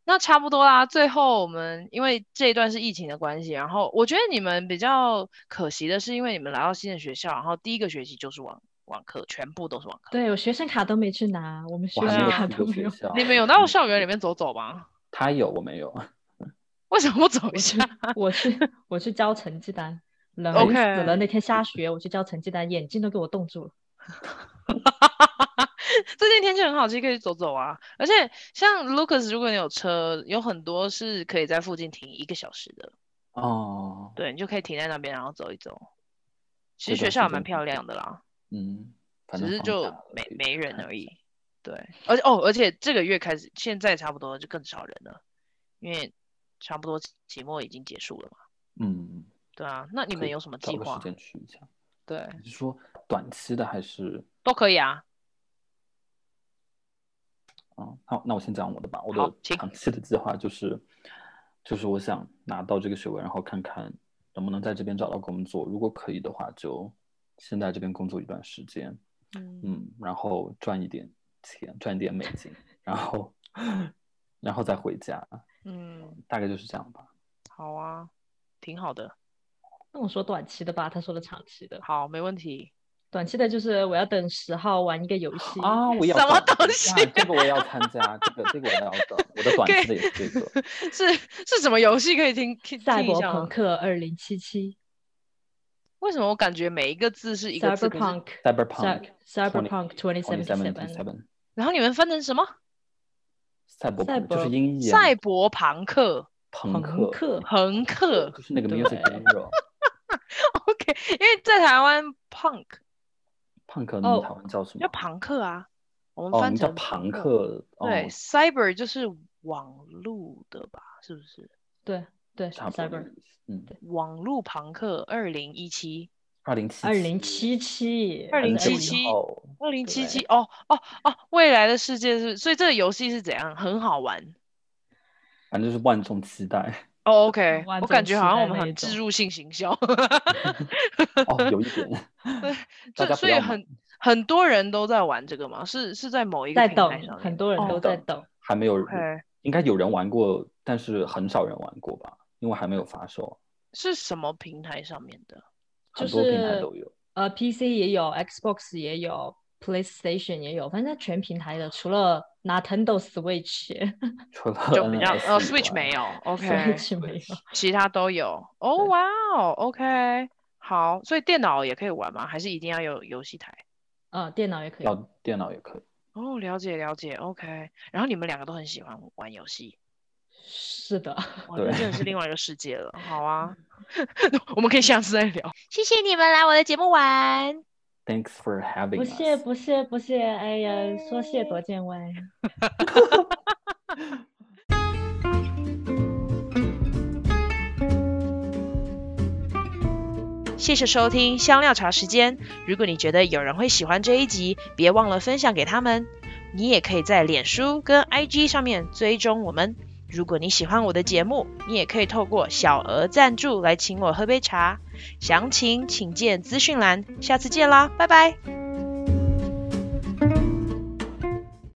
[SPEAKER 1] 那差不多啦。最后我们因为这一段是疫情的关系，然后我觉得你们比较可惜的是，因为你们来到新的学校，然后第一个学期就是网网课，全部都是网课。
[SPEAKER 3] 对我学生卡都没去拿，我们学
[SPEAKER 2] 我
[SPEAKER 3] 生
[SPEAKER 2] 还没有
[SPEAKER 3] 卡
[SPEAKER 2] 去
[SPEAKER 3] 都
[SPEAKER 2] 过
[SPEAKER 3] 没
[SPEAKER 2] 学
[SPEAKER 3] 有。
[SPEAKER 2] 校。嗯
[SPEAKER 1] 你啊们有到校园里面走走吗？
[SPEAKER 2] 他有，我没有。
[SPEAKER 1] 为什么不走一
[SPEAKER 3] 我去
[SPEAKER 1] 下？，
[SPEAKER 3] 我去，我去交成绩单，冷死
[SPEAKER 1] OK
[SPEAKER 3] 了。那天下雪，我去交成绩单，眼睛都给我冻住了。
[SPEAKER 1] 最近天气很好，其实可以走走啊。而且像 Lucas，如果你有车，有很多是可以在附近停一个小时的，
[SPEAKER 2] 哦，
[SPEAKER 1] 对，你就可以停在那边，然后走一走。其实
[SPEAKER 2] 这
[SPEAKER 1] 学
[SPEAKER 2] 段
[SPEAKER 1] 校
[SPEAKER 2] 时
[SPEAKER 1] 还蛮
[SPEAKER 2] 间
[SPEAKER 1] 漂
[SPEAKER 2] 挺
[SPEAKER 1] 亮的啦，
[SPEAKER 2] 嗯，反
[SPEAKER 1] 只
[SPEAKER 2] 正
[SPEAKER 1] 是
[SPEAKER 2] 放
[SPEAKER 1] 就
[SPEAKER 2] 假了
[SPEAKER 1] 没
[SPEAKER 2] 可以
[SPEAKER 1] 没人
[SPEAKER 2] 看
[SPEAKER 1] 而
[SPEAKER 2] 一
[SPEAKER 1] 已
[SPEAKER 2] 下。
[SPEAKER 1] 对，而且哦，而且这个月开始，现在差不多就更少人了，因为差不多期末已经结束了嘛。
[SPEAKER 2] 嗯，
[SPEAKER 1] 对对啊，那你
[SPEAKER 2] 可
[SPEAKER 1] 们
[SPEAKER 2] 以
[SPEAKER 1] 有什么
[SPEAKER 2] 找
[SPEAKER 1] 计
[SPEAKER 2] 个
[SPEAKER 1] 划
[SPEAKER 2] 时？间去一下？
[SPEAKER 1] 对，
[SPEAKER 2] 你是说短期的还是？
[SPEAKER 1] 都可以啊。
[SPEAKER 2] 嗯，好，那我先讲我的吧。我
[SPEAKER 1] 好
[SPEAKER 2] 的
[SPEAKER 1] 请
[SPEAKER 2] 长期的计划就是，就是我想拿到这个学位，然后看看能不能在这边找到工作。如果可以的话，就先在这边工作一段时间，
[SPEAKER 1] 嗯，
[SPEAKER 2] 嗯，然后赚一点钱，赚一点美金，然后， 然后再回家，
[SPEAKER 1] 嗯，
[SPEAKER 2] 大概就是这样吧。
[SPEAKER 1] 好啊，挺好的。
[SPEAKER 3] 那我说短期的吧，他说的长期的。
[SPEAKER 1] 好，没问题。
[SPEAKER 3] 短期的就是我要等十号玩一个游戏，
[SPEAKER 1] 哦
[SPEAKER 2] 啊，我也要
[SPEAKER 1] 什么
[SPEAKER 2] 搞
[SPEAKER 1] 东西
[SPEAKER 2] 哎这个我也要参加，这个这个我也要搞。我的短期的也是 这个。
[SPEAKER 1] 是是什么游戏可以听听
[SPEAKER 3] 赛
[SPEAKER 1] 听一
[SPEAKER 3] 博
[SPEAKER 1] 下哦
[SPEAKER 3] 朋
[SPEAKER 1] 吗？
[SPEAKER 3] 克二零七七
[SPEAKER 1] 为什么我感觉每一个字是一个字可是？
[SPEAKER 3] ，Cyberpunk
[SPEAKER 2] Cyberpunk
[SPEAKER 3] Cyberpunk 2077
[SPEAKER 2] 2077
[SPEAKER 1] 然后你们分成什么？
[SPEAKER 2] 赛博
[SPEAKER 3] 赛
[SPEAKER 2] 朋克就是
[SPEAKER 3] 博
[SPEAKER 2] 音译啊
[SPEAKER 1] 赛博朋克、
[SPEAKER 2] 朋
[SPEAKER 3] 朋
[SPEAKER 2] 克，
[SPEAKER 3] 克，
[SPEAKER 1] 朋 克。
[SPEAKER 2] 就是那个
[SPEAKER 3] 对
[SPEAKER 2] music hero。
[SPEAKER 1] OK，因为在台湾 punk
[SPEAKER 2] 胖克，你
[SPEAKER 3] 哦
[SPEAKER 2] 们台湾叫什么
[SPEAKER 1] 叫？朋克啊，我们
[SPEAKER 2] 哦，
[SPEAKER 1] 翻
[SPEAKER 2] 你叫
[SPEAKER 1] 成
[SPEAKER 2] 庞。克。哦
[SPEAKER 1] 对，cyber 就是网路的吧？是不是？
[SPEAKER 3] 对对
[SPEAKER 2] 差不多
[SPEAKER 3] ，Cyber
[SPEAKER 2] 意思。嗯，
[SPEAKER 1] 网路朋克二零一七，
[SPEAKER 2] 二零七
[SPEAKER 3] 二零七七，
[SPEAKER 1] 2077
[SPEAKER 2] 哦，
[SPEAKER 1] 二零七七哦哦哦，未来的世界是，所以这个游戏是怎样？很好玩。
[SPEAKER 2] 反正就是万众期待。
[SPEAKER 1] 哦，OK，
[SPEAKER 3] 万
[SPEAKER 1] 我
[SPEAKER 3] 众
[SPEAKER 1] 感觉
[SPEAKER 3] 期
[SPEAKER 1] 好像
[SPEAKER 3] 待
[SPEAKER 1] 我们
[SPEAKER 3] 那
[SPEAKER 1] 很
[SPEAKER 3] 一
[SPEAKER 1] 植
[SPEAKER 3] 种
[SPEAKER 1] 入性行销，
[SPEAKER 2] 哦，有一点。大
[SPEAKER 1] 这
[SPEAKER 2] 家不
[SPEAKER 1] 所以
[SPEAKER 2] 要
[SPEAKER 1] 很
[SPEAKER 2] 买，
[SPEAKER 1] 很多人都在玩这个嘛，是是在某一个
[SPEAKER 3] 哎在
[SPEAKER 1] 平台
[SPEAKER 3] 等，
[SPEAKER 1] 上
[SPEAKER 3] 很
[SPEAKER 1] 面
[SPEAKER 3] 多人
[SPEAKER 1] 哦
[SPEAKER 3] 都在等。
[SPEAKER 2] 还没有人，
[SPEAKER 1] OK，
[SPEAKER 2] 应该有人玩过，但是很少人玩过吧，因为还没有发售，
[SPEAKER 1] 是什么平台上面的？
[SPEAKER 3] 就
[SPEAKER 2] 很多平台
[SPEAKER 3] 是
[SPEAKER 2] 都有。
[SPEAKER 3] 呃，PC 也有，Xbox 也有，PlayStation 也有，反正它全平台的，除了 Nintendo Switch
[SPEAKER 2] 除 了
[SPEAKER 1] 就比较
[SPEAKER 2] NS
[SPEAKER 1] 呃
[SPEAKER 2] 以
[SPEAKER 1] ，Switch
[SPEAKER 2] 外
[SPEAKER 1] 没有，OK，
[SPEAKER 3] Switch 没有。
[SPEAKER 1] 其他都有。哦，
[SPEAKER 3] 对
[SPEAKER 1] 哇哦，OK，好，所以电脑也可以玩吗？还是一定要有游戏台？
[SPEAKER 3] 呃，电脑也可以
[SPEAKER 2] 要，电脑也可以。
[SPEAKER 1] 哦，了解了解，OK。然后你们两个都很喜欢玩游戏，
[SPEAKER 3] 是的，
[SPEAKER 1] 哇，那
[SPEAKER 2] 对嗯
[SPEAKER 1] 真的是另外一个世界了。好啊， 我们可以下次再聊。谢谢你们来我的节目玩。
[SPEAKER 2] Thanks for having
[SPEAKER 3] 不
[SPEAKER 2] us。
[SPEAKER 3] 谢不谢不谢，哎呀，说谢多见外。
[SPEAKER 1] 谢谢收听香料茶时间。如果你觉得有人会喜欢这一集，别忘了分享给他们。你也可以在脸书跟 IG 上面追踪我们。如果你喜欢我的节目，你也可以透过小额赞助来请我喝杯茶。详情请见资讯栏。下次见啦，拜拜。